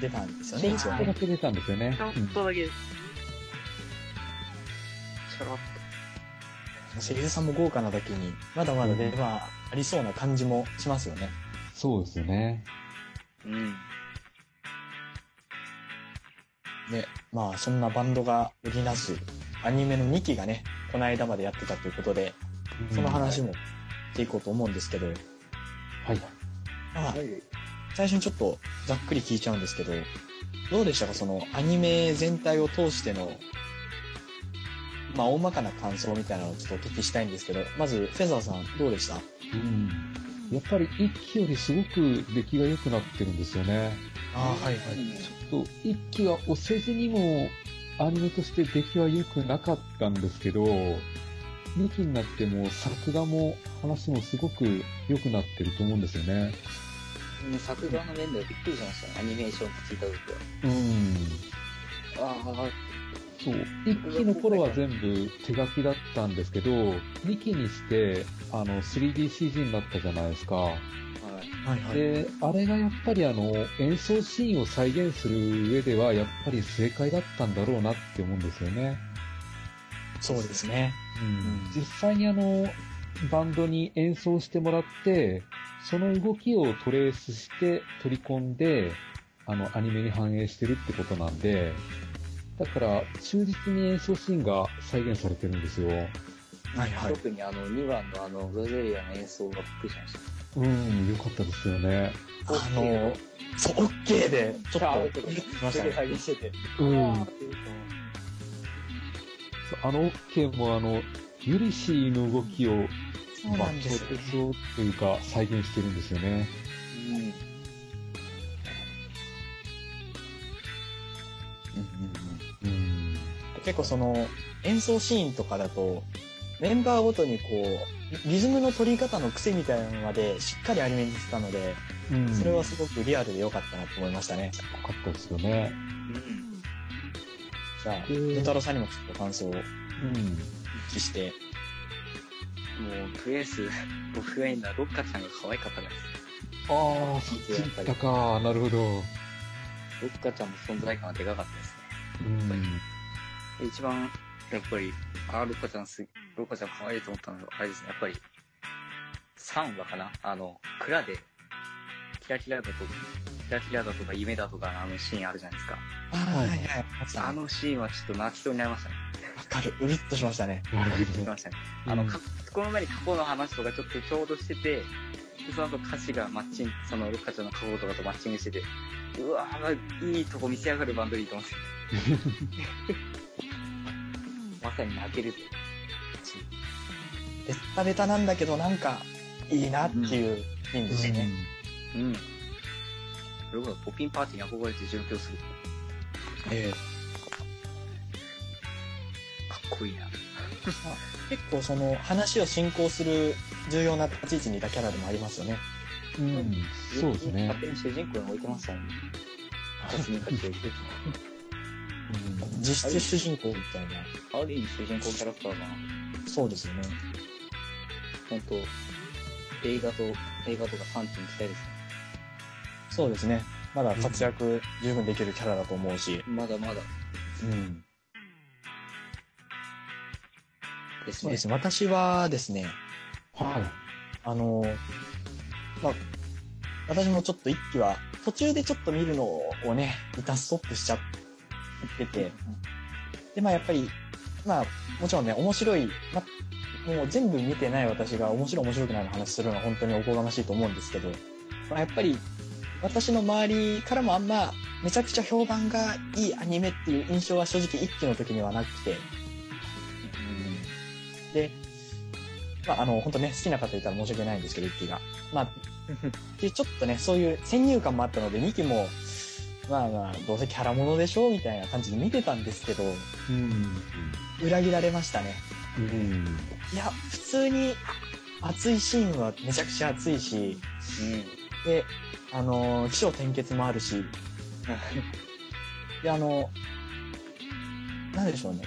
[SPEAKER 2] 出たんですよね、一
[SPEAKER 4] ちょ
[SPEAKER 2] 応
[SPEAKER 4] っ
[SPEAKER 2] ね
[SPEAKER 4] とだけ出たんですよね。
[SPEAKER 3] ちょっとだけです。ちょろっ
[SPEAKER 2] 声優さんも豪華なだけに、まだまだ出番ありそうな感じもしますよね。
[SPEAKER 4] そうですよね。
[SPEAKER 3] と。うん。
[SPEAKER 2] で、まあそんなバンドが売りなすアニメの2期がね、この間までやってたということで、その話もしていこうと思うんですけど、
[SPEAKER 4] はい。
[SPEAKER 2] まあ最初にちょっとざっくり聞いちゃうんですけど、どうでしたかそのアニメ全体を通しての、まあ大まかな感想みたいなのをちょっとお聞きしたいんですけど、まずフェザーさんどうでした
[SPEAKER 4] うん。やっぱり一期よりすごく出来が良くなってるんですよね。
[SPEAKER 2] ああ、はいは
[SPEAKER 4] ちょっと一期は押せずにもアニメとして出来は良くなかったんですけど、二期になっても作画も話もすごく良くなってると思うんですよね。
[SPEAKER 3] うん作画の面ではびっくりしましたね、アニメーションって聞いた時
[SPEAKER 4] うん。
[SPEAKER 3] は。ああ、
[SPEAKER 4] そう。一期の頃は全部手書きだったんですけど、二期にして、あの、3DCG になったじゃないですか。
[SPEAKER 3] はい。
[SPEAKER 2] い。はいはい。
[SPEAKER 4] で、あれがやっぱりあの、演奏シーンを再現する上では、やっぱり正解だったんだろうなって思うんですよね。
[SPEAKER 2] そうですね。
[SPEAKER 4] うん実際にあの、バンドに演奏してもらって、その動きをトレースして取り込んで、あの、アニメに反映してるってことなんで、だから、忠実に演奏シーンが再現されてるんですよ。
[SPEAKER 2] はいはい。
[SPEAKER 3] 特にあの2番のあのロゼリアの演奏がびっくりしました。
[SPEAKER 4] うん、よかったですよね。
[SPEAKER 2] あの、そう、オッケーで、ちょっと、ましたね。
[SPEAKER 3] 現してて。
[SPEAKER 4] うん。あの、オッケーもあの、ユリシーの動きを、
[SPEAKER 2] そうなんですよ
[SPEAKER 4] まあ超絶をというか、再現してるんですよね。
[SPEAKER 3] うん。
[SPEAKER 4] うん。
[SPEAKER 2] 結構その、演奏シーンとかだと、メンバーごとにこう、リリズムの取り方の癖みたいなのまでしっかりアニメにしてたので、
[SPEAKER 4] うん
[SPEAKER 2] それはすごくリアルで良かったなと思いましたね。
[SPEAKER 4] 良かったですよね。
[SPEAKER 3] うん。
[SPEAKER 2] じゃあ、
[SPEAKER 4] うん
[SPEAKER 2] 太郎さんにもちょっと感想を
[SPEAKER 4] うん。
[SPEAKER 2] 一致して。
[SPEAKER 3] もう、とりあえず、僕がいいのはロッカさんが可愛かったです。
[SPEAKER 4] ああ、そっち行ったか。なるほど。
[SPEAKER 3] ロッカちゃんの存在感はでかかったです
[SPEAKER 4] うん。
[SPEAKER 3] ね。一番、やっぱり、ああ、ロッカちゃんす、ロッカちゃん可愛いと思ったのは、あれですね、やっぱり、3話かなあの、蔵で、キラキラだとか、キラキラだとか夢だとかのあのシーンあるじゃないですか。
[SPEAKER 2] あー
[SPEAKER 4] はい
[SPEAKER 2] はい。あ
[SPEAKER 3] あ
[SPEAKER 2] の、わ
[SPEAKER 3] のシーンはちょっと泣きそうになりましたね。
[SPEAKER 2] かる。うるっとしましたね。
[SPEAKER 4] なる
[SPEAKER 3] 泣
[SPEAKER 4] ほ
[SPEAKER 3] き
[SPEAKER 4] ど
[SPEAKER 3] ま。したね。あの、
[SPEAKER 4] うん
[SPEAKER 3] かこの前に過去の話とかちょっとちょうどしてて、でその後歌詞がマッチング、そのロッカちゃんの過去とかとマッチングしてて、うわぁ、いいとこ見せやがるバンドリー と思って。まさに泣ける。
[SPEAKER 2] ベッタベタなんだけど、なんか、いいなっていうシーンですね。
[SPEAKER 3] うん。それこそポピンパーティーに憧れて上京する。
[SPEAKER 2] ええ
[SPEAKER 3] かっこいいな。
[SPEAKER 2] 結構その、話を進行する重要な立ち位置にいたキャラでもありますよね。
[SPEAKER 4] うんうん。そうですね
[SPEAKER 3] 勝。手に主人公に置いてましたね。 私に勝手に置いてま
[SPEAKER 2] 実質主人公みたいな。
[SPEAKER 3] したある意味主人公キャラクターだな。
[SPEAKER 2] そうですよね。
[SPEAKER 3] 本当映画と、映画とか産地に行きたいですね。
[SPEAKER 2] そうですね。まだ活躍十分できるキャラだと思うし。
[SPEAKER 3] まだまだ
[SPEAKER 2] うん。
[SPEAKER 3] です
[SPEAKER 2] そう
[SPEAKER 3] ね
[SPEAKER 2] で。すね。私はですね、
[SPEAKER 4] はい。
[SPEAKER 2] あの、まあ、私もちょっと一気は、途中でちょっと見るのをね、一旦ストップしちゃってて、で、まあやっぱり、まあ、もちろんね、面白い、まあ、もう全部見てない私が面白い面白くないの話するのは本当におこがましいと思うんですけど、まあやっぱり、私の周りからもあんま、めちゃくちゃ評判がいいアニメっていう印象は正直一気の時にはなくて、で、まあ、あの、本当ね、好きな方いたら申し訳ないんですけど、1期が。まあ、 でちょっとね、そういう先入観もあったので、2期も、まあまあ、どうせキャラものでしょうみたいな感じで見てたんですけど、
[SPEAKER 4] うん。
[SPEAKER 2] 裏切られましたね。
[SPEAKER 4] うん。
[SPEAKER 2] いや、普通に、熱いシーンはめちゃくちゃ熱いし、で、あのー、気象転結もあるし、で、あの、なんでしょうね。ど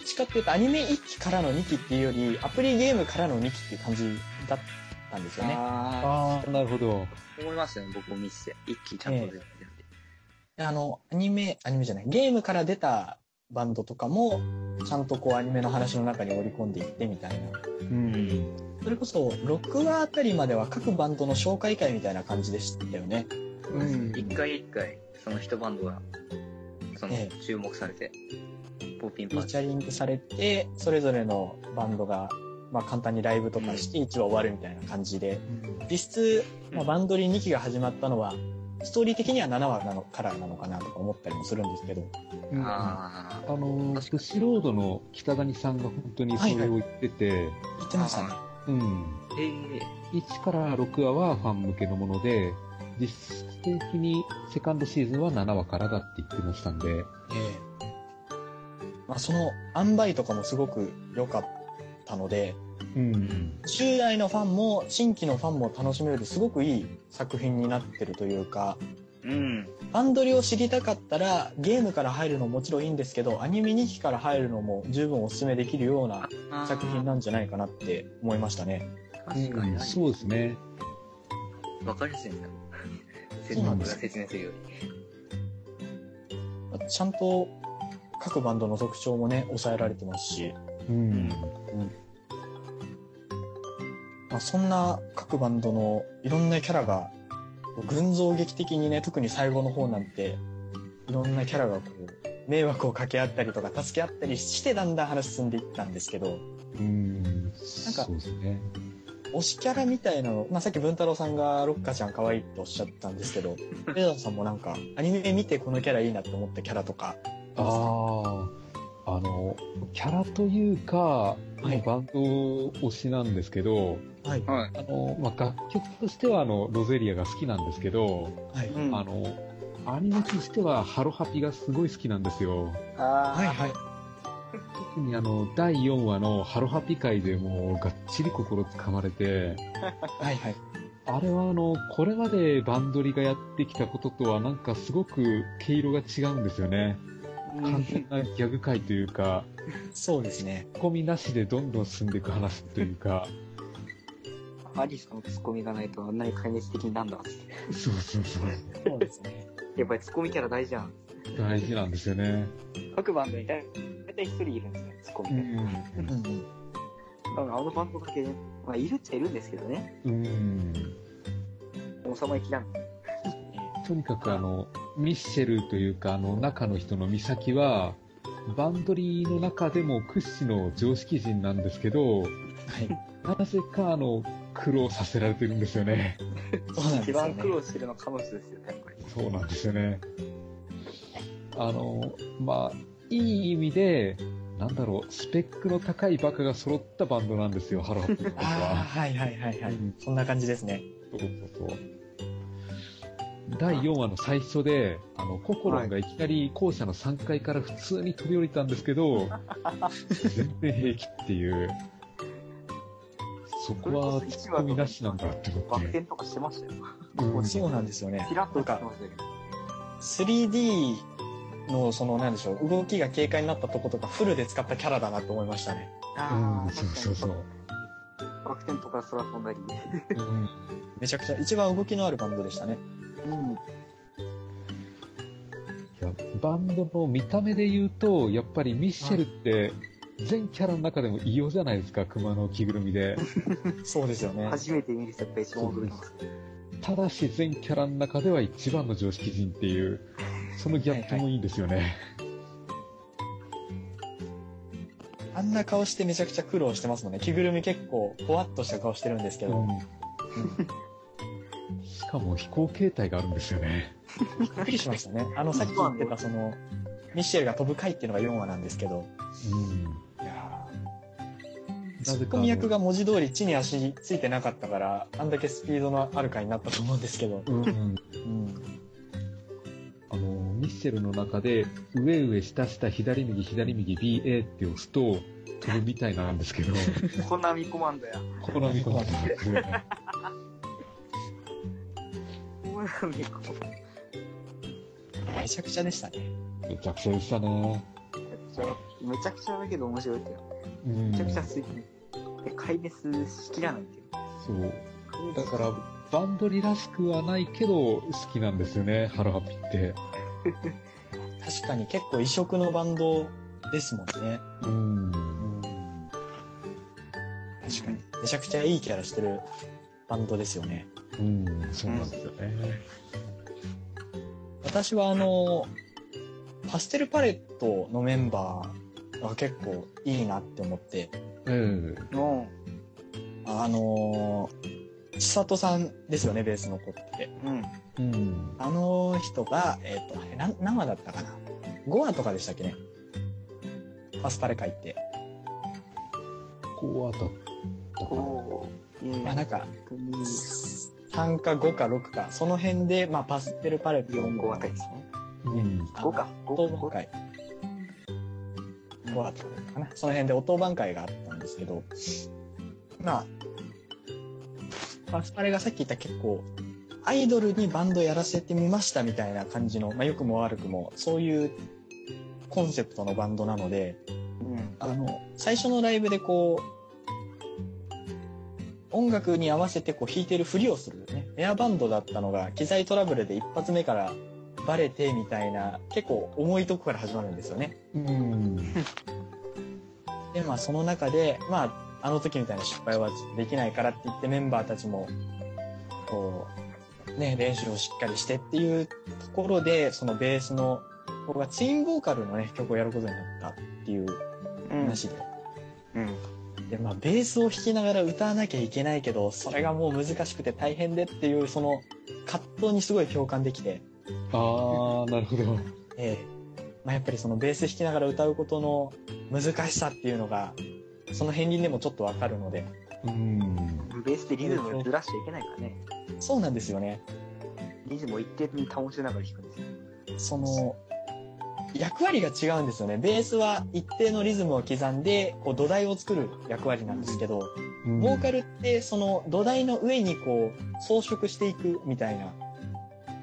[SPEAKER 2] っちかっていうと、アニメ1期からの2期っていうより、アプリゲームからの2期っていう感じだったんです
[SPEAKER 3] う
[SPEAKER 2] よ
[SPEAKER 3] ん。
[SPEAKER 2] ね。
[SPEAKER 3] あ
[SPEAKER 4] ああ、なるほど。
[SPEAKER 3] あ、思いましたね、僕も見てて。一気にちゃんと出てて。
[SPEAKER 2] あの、アニメ、アニメじゃない、ゲームから出たバンドとかも、ちゃんとこうアニメの話の中に織り込んでいってみたいな。
[SPEAKER 4] うん。
[SPEAKER 2] それこそ、6話あたりまでは各バンドの紹介会みたいな感じでしたよね。
[SPEAKER 4] うん。
[SPEAKER 3] 一回一回、その一バンドが、その
[SPEAKER 2] え、
[SPEAKER 3] 注目されて、ポッピン
[SPEAKER 2] フ
[SPEAKER 3] パ
[SPEAKER 2] ィ
[SPEAKER 3] ー
[SPEAKER 2] ー
[SPEAKER 3] テ
[SPEAKER 2] チャリングされて、それぞれのバンドが、まあ簡単にライブとかして1話終わるみたいな感じで、実質、まあ、バンドリー2期が始まったのは、ストーリー的には7話なのからなのかなとか思ったりもするんですけど、
[SPEAKER 4] う
[SPEAKER 3] ィー。
[SPEAKER 4] ん
[SPEAKER 3] あ
[SPEAKER 4] あのー、
[SPEAKER 3] 確か
[SPEAKER 4] ス
[SPEAKER 3] に
[SPEAKER 4] シロードの北谷さんが本当にそれを言ってて、
[SPEAKER 2] 言ってましたね。
[SPEAKER 4] うん。
[SPEAKER 3] あ、ええ、
[SPEAKER 4] 1から6話はファン向けのもので、実質的にセカンドシーズンは7話からだって言ってましたんで、
[SPEAKER 2] ええまあ、その塩梅とかもすごく良かったので、
[SPEAKER 4] うん。
[SPEAKER 2] 従来のファンも新規のファンも楽しめるすごくいい作品になってるというか、
[SPEAKER 3] うん。
[SPEAKER 2] バンドリを知りたかったらゲームから入るのももちろんいいんですけど、アニメ2期から入るのも十分お勧めできるような
[SPEAKER 3] あー
[SPEAKER 2] 作品なんじゃないかなって思いましたね。
[SPEAKER 3] 確かに
[SPEAKER 4] うん。そうですね。
[SPEAKER 3] わかりやすいんだ。
[SPEAKER 2] そうなんです
[SPEAKER 3] 説明するより。
[SPEAKER 2] ちゃんと各バンドの特徴もね、抑えられてますし、
[SPEAKER 4] うん。
[SPEAKER 2] まあ、そんな各バンドのいろんなキャラがこう群像劇的にね特に最後の方なんていろんなキャラがこう迷惑をかけ合ったりとか助け合ったりしてだんだん話進んでいったんですけど
[SPEAKER 4] うん。そうですね。
[SPEAKER 2] 推しキャラみたいなの、まあ、さっき文太郎さんが「ロッカちゃん可愛いっておっしゃったんですけどレダーさんもなんかアニメ見てこのキャラいいなって思ったキャラとか
[SPEAKER 4] ああ、あの、キャラというか、
[SPEAKER 2] はい
[SPEAKER 4] バンド推しなんですけど、
[SPEAKER 2] はい
[SPEAKER 3] はい。
[SPEAKER 4] あの、まあ、楽曲としてはあの、ロゼリアが好きなんですけど、
[SPEAKER 2] はい、
[SPEAKER 3] うん
[SPEAKER 4] あの、アニメとしてはハロハピがすごい好きなんですよ。
[SPEAKER 3] あ
[SPEAKER 2] はいはい
[SPEAKER 4] 特にあの、第4話のハロハピ会でもうがっちり心つかまれて、
[SPEAKER 2] はいはい。
[SPEAKER 4] あれはあの、これまでバンドリがやってきたこととはなんかすごく毛色が違うんですよね。完全 なギャグ界というか、
[SPEAKER 2] そうですね。
[SPEAKER 4] ツッコミなしでどんどん進んでいく話というか、
[SPEAKER 3] アリスのツッコミがないとあんなに壊滅的になんだって。
[SPEAKER 4] そうそうそう。
[SPEAKER 2] そうですね。
[SPEAKER 3] やっぱりツッコミキャラ大事じゃん。
[SPEAKER 4] 大事なんですよね。
[SPEAKER 3] 各バンドに大大体一人いるんですよ、ツッコミ
[SPEAKER 4] う
[SPEAKER 3] が。
[SPEAKER 2] うん
[SPEAKER 4] ん。
[SPEAKER 2] うん。
[SPEAKER 3] だからあのバンドだけ、まあ、いるっちゃいるんですけどね。
[SPEAKER 4] うん。
[SPEAKER 3] 収まりきらん。
[SPEAKER 4] とにかくあの、ミッシェルというか、あの、中の人のミサキは、バンドリの中でも屈指の常識人なんですけど、
[SPEAKER 2] はい。
[SPEAKER 4] なぜかあの、苦労させられてるんですよね。
[SPEAKER 2] そうなんですよ、
[SPEAKER 3] 一
[SPEAKER 2] ね
[SPEAKER 3] 番。苦労してるのは彼女ですよね、やっぱり。
[SPEAKER 4] そうなんですよね。あの、まあ、いい意味で、なんだろう、スペックの高いバカが揃ったバンドなんですよ、ハローハッピーの僕
[SPEAKER 2] ああ、
[SPEAKER 4] は。
[SPEAKER 2] はいはいはいはい。
[SPEAKER 4] うん
[SPEAKER 2] そんな感じですね。
[SPEAKER 4] そうそうそう。第4話の最初で、あの、ココロンがいきなり校舎の3階から普通に飛び降りたんですけど、全然平気っていう。そこは突っ込みなしなんだって思
[SPEAKER 3] バ
[SPEAKER 4] っ
[SPEAKER 3] ク
[SPEAKER 4] て。
[SPEAKER 3] 転とかしてましたよ。
[SPEAKER 4] うん
[SPEAKER 2] そうなんですよね
[SPEAKER 3] ピ。ラッと打ってましたけど。
[SPEAKER 2] 3D のそのなんでしょう、動きが軽快になったとことかフルで使ったキャラだなと思いましたね。
[SPEAKER 3] あ
[SPEAKER 4] うん
[SPEAKER 3] ー
[SPEAKER 4] そうそうそう。
[SPEAKER 3] バク転とか空飛んだり。
[SPEAKER 4] うん
[SPEAKER 2] めちゃくちゃ一番動きのあるバンドでしたね。
[SPEAKER 3] うん。
[SPEAKER 4] いやバンドの見た目で言うと、やっぱりミッシェルって、全キャラの中でも異様じゃないですか、熊の着ぐるみで。
[SPEAKER 2] そうですよね。
[SPEAKER 3] 初めて見る人やっぱ一番驚きます。
[SPEAKER 4] ただし全キャラの中では一番の常識人っていう、そのギャップもいいんですよね。
[SPEAKER 2] あんな顔してめちゃくちゃ苦労してますもんね。着ぐるみ結構ほわっとした顔してるんですけど、
[SPEAKER 4] うんしかも飛行形態があるんですよね。
[SPEAKER 2] びっくりしましたね。あのさっき言ってたその、ミッシェルが飛ぶ回っていうのが4話なんですけど、
[SPEAKER 4] うん
[SPEAKER 2] いやー
[SPEAKER 4] な
[SPEAKER 2] ツ
[SPEAKER 4] ぜ
[SPEAKER 2] ッ
[SPEAKER 4] か
[SPEAKER 2] コ
[SPEAKER 4] あの
[SPEAKER 2] ミ役が文字通り地に足ついてなかったから、あんだけスピードのある回になったと思うんですけど。
[SPEAKER 4] うん
[SPEAKER 2] うん。
[SPEAKER 4] あの、ミッシェルの中で、上上下下左右左右 BA って押すと、飛ぶみたいなんですけど、
[SPEAKER 3] こんな見込まんだよ。
[SPEAKER 4] ここの見込まれてますよね。
[SPEAKER 3] こんな見込まん
[SPEAKER 2] めちゃくちゃでしたね。
[SPEAKER 4] めちゃくちゃでしたね。
[SPEAKER 3] めちゃくちゃだけど面白いってよ。
[SPEAKER 4] うん
[SPEAKER 3] めちゃくちゃすいで、壊滅しきらないっていう。
[SPEAKER 4] そう。だから、バンドリらしくはないけど、好きなんですよね、ハロハピって。
[SPEAKER 2] 確かに結構異色のバンドですもんね。
[SPEAKER 4] うん。
[SPEAKER 2] 確かに。めちゃくちゃいいキャラしてるバンドですよね。
[SPEAKER 4] うん、そうなんですよね。
[SPEAKER 2] 私はあの、パステルパレットのメンバーが結構いいなって思って、
[SPEAKER 4] うん。
[SPEAKER 3] うん。
[SPEAKER 2] あの、千里さんですよね、ベースの子って。
[SPEAKER 3] うん。
[SPEAKER 4] うん。
[SPEAKER 2] あの人が、えっ、と、あれなん何話だったかな ?5 話とかでしたっけねパスパレ会って。
[SPEAKER 4] こう当たったかな。
[SPEAKER 3] こう、え
[SPEAKER 2] まあなんか、
[SPEAKER 3] 組
[SPEAKER 2] 3か5か6か、その辺で、まあパステルパレット
[SPEAKER 3] 4、5あたり
[SPEAKER 2] で
[SPEAKER 3] ですす
[SPEAKER 2] ね
[SPEAKER 3] ね。
[SPEAKER 4] うん。
[SPEAKER 3] 5か。
[SPEAKER 2] 当
[SPEAKER 3] 5
[SPEAKER 2] 番
[SPEAKER 3] か。
[SPEAKER 2] 会。5だったのかな。その辺でお当番会があったんですけど、まあ、パスパレがさっき言った結構、アイドルにバンドやらせてみましたみたいな感じの、まあ良くも悪くも、そういうコンセプトのバンドなので、
[SPEAKER 3] うん。
[SPEAKER 2] あの、最初のライブでこう、音楽に合わせてこう弾いてるふりをするね。エアバンドだったのが機材トラブルで一発目からバレてみたいな、結構重いとこから始まるんですよね。
[SPEAKER 4] うん。
[SPEAKER 2] で、まあその中で、まああの時みたいな失敗はできないからって言ってメンバーたちも、こう、ね、練習をしっかりしてっていうところで、そのベースの子がツインボーカルのね、曲をやることになったっていう
[SPEAKER 3] うん。
[SPEAKER 2] 話で。
[SPEAKER 3] うん。
[SPEAKER 2] でまあ、ベースを弾きながら歌わなきゃいけないけどそれがもう難しくて大変でっていうその葛藤にすごい共感できて、
[SPEAKER 4] あー、なるほど。
[SPEAKER 2] ええまあ、やっぱりそのベース弾きながら歌うことの難しさっていうのがその片鱗でもちょっとわかるので
[SPEAKER 4] うん。
[SPEAKER 3] ベースでリズムをずらしちゃいけないからね。
[SPEAKER 2] そうなんですよね
[SPEAKER 3] リズムを一定に保ちながら弾くんですよ。
[SPEAKER 2] その役割が違うんですよね。ベースは一定のリズムを刻んで、こう土台を作る役割なんですけど、
[SPEAKER 4] うん
[SPEAKER 2] ボーカルってその土台の上にこう装飾していくみたいな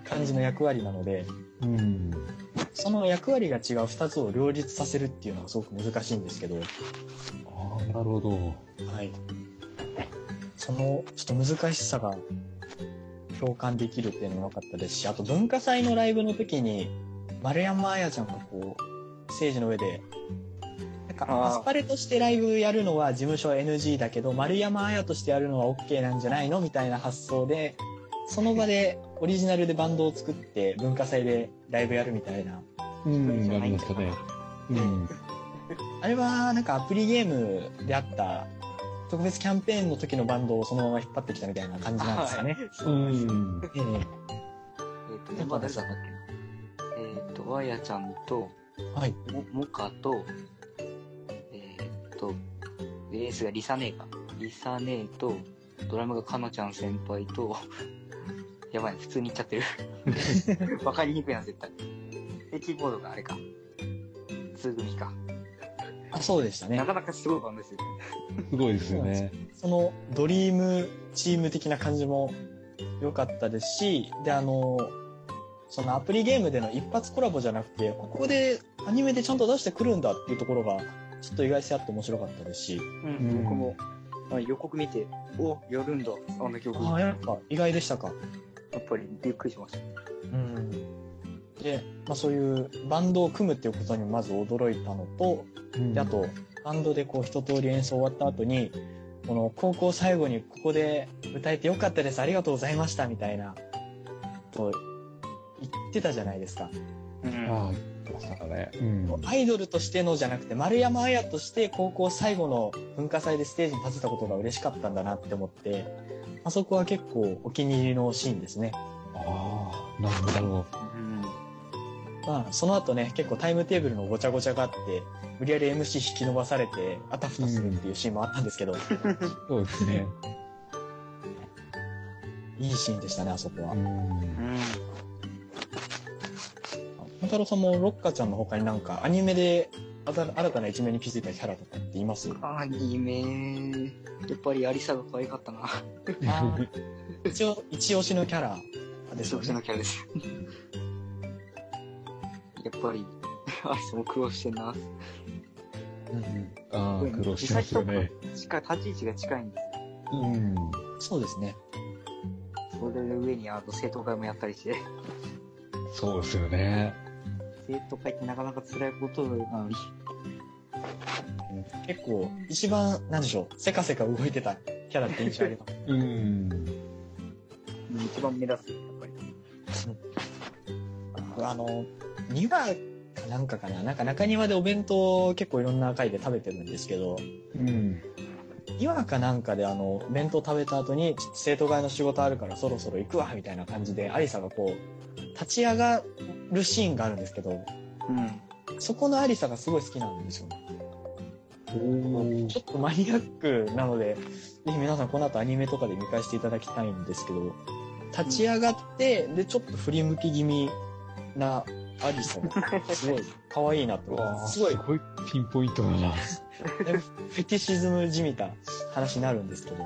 [SPEAKER 2] 感じの役割なので、
[SPEAKER 4] うん。
[SPEAKER 2] その役割が違う二つを両立させるっていうのがすごく難しいんですけど、
[SPEAKER 4] ああ、なるほど。
[SPEAKER 2] はい。その、ちょっと難しさが共感できるっていうのも分かったですし、あと文化祭のライブの時に、丸山彩ちゃんがこう、ステージの上で、なん
[SPEAKER 3] あー
[SPEAKER 2] かアスパレとしてライブやるのは事務所 NG だけど、丸山彩としてやるのは OK なんじゃないのみたいな発想で、その場でオリジナルでバンドを作って文化祭でライブやるみたいな。
[SPEAKER 4] うん、ありましたね。うん。
[SPEAKER 2] あれはなんかアプリゲームであった特別キャンペーンの時のバンドをそのまま引っ張ってきたみたいな感じなんですかね。
[SPEAKER 4] うん。
[SPEAKER 2] え
[SPEAKER 3] えっ、とね、まあ誰だったっけな。えっ、と、わやちゃんと、
[SPEAKER 2] えはい。
[SPEAKER 3] も、もかと、えっ、と、ベースがリサ姉か。リサ姉と、ドラムがかのちゃん先輩と、 やばい、普通に言っちゃってる。わかりにくいな、絶対。で、キーボードがあれか。つぐみか。
[SPEAKER 2] あ、そうでしたね
[SPEAKER 3] な。かなかすごいバンドですよね。
[SPEAKER 4] すごいですよね。
[SPEAKER 2] そのドリームチーム的な感じも良かったですし、で、あの、そのアプリゲームでの一発コラボじゃなくて、ここでアニメでちゃんと出してくるんだっていうところが、ちょっと意外性あって面白かったですし、
[SPEAKER 3] う
[SPEAKER 4] うん
[SPEAKER 3] ん、僕も、まあ、予告見て、お、やるんだ、あんな曲。
[SPEAKER 2] ああ、
[SPEAKER 3] や
[SPEAKER 2] やっぱ意外でしたか。
[SPEAKER 3] っぱりびっくりしました。
[SPEAKER 2] うんで、まあ、そういうバンドを組むっていうことにまず驚いたのと、であとバンドでこう一通り演奏終わった後にこの高校最後にここで歌えてよかったですありがとうございましたみたいなと言ってたじゃないですか
[SPEAKER 3] うん
[SPEAKER 4] ああ、言ってましたね。うん。
[SPEAKER 2] アイドルとしてのじゃなくて丸山綾として高校最後の文化祭でステージに立てたことが嬉しかったんだなって思ってあそこは結構お気に入りのシーンですね
[SPEAKER 4] ああ、なるほどなるほ
[SPEAKER 3] うん。
[SPEAKER 2] まあ、その後ね、結構タイムテーブルのごちゃごちゃがあって、無理やり MC 引き伸ばされて、あたふたするっていうシーンもあったんですけど、
[SPEAKER 4] ど。そうです ね。
[SPEAKER 2] いいシーンでしたね、あそこは。
[SPEAKER 4] うん。
[SPEAKER 3] う
[SPEAKER 2] 本太郎さんもロッカちゃんの他になんか、アニメであた新たな一面に気づいたキャラとかっています
[SPEAKER 3] ん。アニメ、やっぱりアリサが可愛かったな。
[SPEAKER 2] 一応、一押しのキャラですよ
[SPEAKER 3] 私の
[SPEAKER 2] ね。
[SPEAKER 3] キャラです。やっぱり、アリサも苦労してんな。
[SPEAKER 2] うんうん
[SPEAKER 4] ああ、苦労してますよね。
[SPEAKER 3] 近い、立ち位置が近いんで
[SPEAKER 4] うん。
[SPEAKER 2] そうですね。
[SPEAKER 3] す。それの上に、あと、生徒会もやったりして。
[SPEAKER 4] そうですよね。
[SPEAKER 3] 生徒会ってなかなか辛いことなのに。
[SPEAKER 2] 結構、一番、なんでしょう、せかせか動いてたキャラって印象あります。
[SPEAKER 4] うん。
[SPEAKER 3] うん一番目立つ、やっぱり。
[SPEAKER 2] あの、庭かなんかかな、なんか中庭でお弁当を結構いろんな回で食べてるんですけど、
[SPEAKER 4] うん。
[SPEAKER 2] 岩かなんかであの、弁当食べた後に、ちょっと生徒会の仕事あるからそろそろ行くわ、みたいな感じで、アリサがこう、立ち上がるシーンがあるんですけど、
[SPEAKER 3] うん。
[SPEAKER 2] そこのアリサがすごい好きなんですよね。
[SPEAKER 4] お
[SPEAKER 2] ちょっとマニアックなので、ぜひ皆さんこの後アニメとかで見返していただきたいんですけど、立ち上がって、で、ちょっと振り向き気味なアリサが、すごい可愛い なと思って、
[SPEAKER 4] お。
[SPEAKER 2] すごい
[SPEAKER 4] すごいピンポイントだな。へ
[SPEAKER 2] フェティシズムじみた話になるんですけど、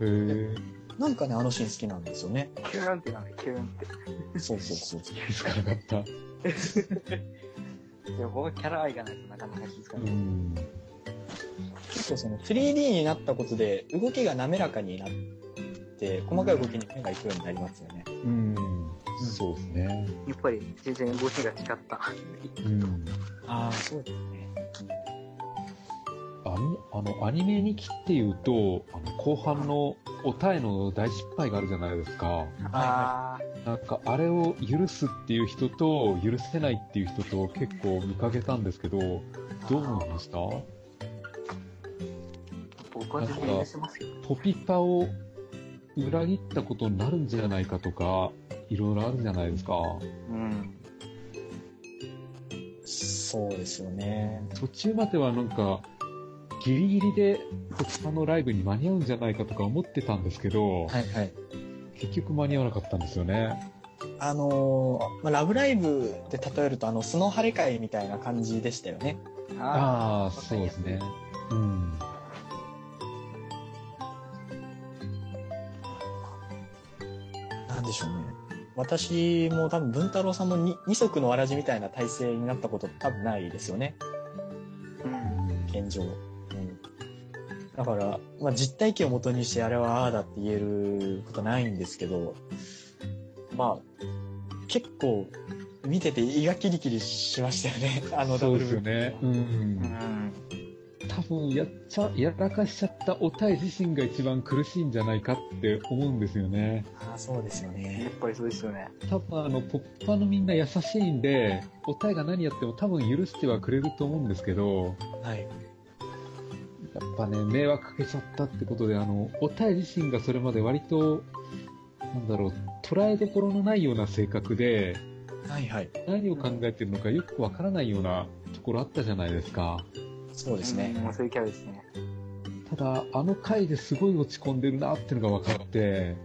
[SPEAKER 4] え。
[SPEAKER 2] なんかね、あのシーン好きなんですよね。
[SPEAKER 3] キューンってなんだ、キューンっ。
[SPEAKER 2] そうそうそう。
[SPEAKER 4] 気づかなかって
[SPEAKER 3] いや、僕はキャラ愛がないとなかなか気づ
[SPEAKER 4] た。
[SPEAKER 3] か
[SPEAKER 4] う
[SPEAKER 3] ない。
[SPEAKER 4] ん。
[SPEAKER 2] 結構その 3D になったことで動きが滑らかになって細かい動きに目がいくようになりますよね。
[SPEAKER 4] うん。そうですね。
[SPEAKER 3] やっぱり、全然動きが違った。
[SPEAKER 4] うん。
[SPEAKER 2] ああ、そうですね。
[SPEAKER 4] あの、あの、アニメに切って言うと、あの、後半のおたえの大失敗があるじゃないですか。
[SPEAKER 3] あ
[SPEAKER 4] なんか、あれを許すっていう人と、許せないっていう人と結構見かけたんですけど、どう思いました
[SPEAKER 3] ー、僕は全然許せますよ。
[SPEAKER 4] ポピパを裏切ったことになるんじゃないかとか、いろいろあるじゃないですか。
[SPEAKER 3] うん。
[SPEAKER 2] そうですよね。
[SPEAKER 4] 途中まではなんか、ギリギリでポピパのライブに間に合うんじゃないかとか思ってたんですけど、
[SPEAKER 2] はいはい。
[SPEAKER 4] 結局間に合わなかったんですよね。
[SPEAKER 2] あのーまあ、ラブライブって例えると、あの、スノハレ会みたいな感じでしたよね。
[SPEAKER 4] ああ、そうですね。うん。
[SPEAKER 2] なんでしょうね。私も多分、文太郎さんもに二足のわらじみたいな体制になったこと多分ないですよね。現状。うん。だから、まあ、実体験をもとにして、あれはああだって言えることないんですけど、まあ、結構、見てて胃がキリキリしましたよね。あの、
[SPEAKER 4] そうです
[SPEAKER 2] ブ
[SPEAKER 4] よね。うん。多分、やっちゃ、やらかしちゃったおたい自身が一番苦しいんじゃないかって思うんですよね。
[SPEAKER 2] ああ、そうですよ
[SPEAKER 3] やっ
[SPEAKER 2] ね。
[SPEAKER 3] ぱりそうですよね。
[SPEAKER 4] 多分あの、ポッパーのみんな優しいんで、おたいが何やっても多分許してはくれると思うんですけど、
[SPEAKER 2] はい。
[SPEAKER 4] やっぱね、迷惑かけちゃったってことで、あの、おたい自身がそれまで割と、なんだろう、捉えどころのないような性格で、
[SPEAKER 2] はいはい。
[SPEAKER 4] 何を考えてるのかよくわからないようなところあったじゃないですか。
[SPEAKER 2] そうですね。
[SPEAKER 3] うんそういうキャラですね。
[SPEAKER 4] ただ、あの回ですごい落ち込んでるなっていうのが分かって、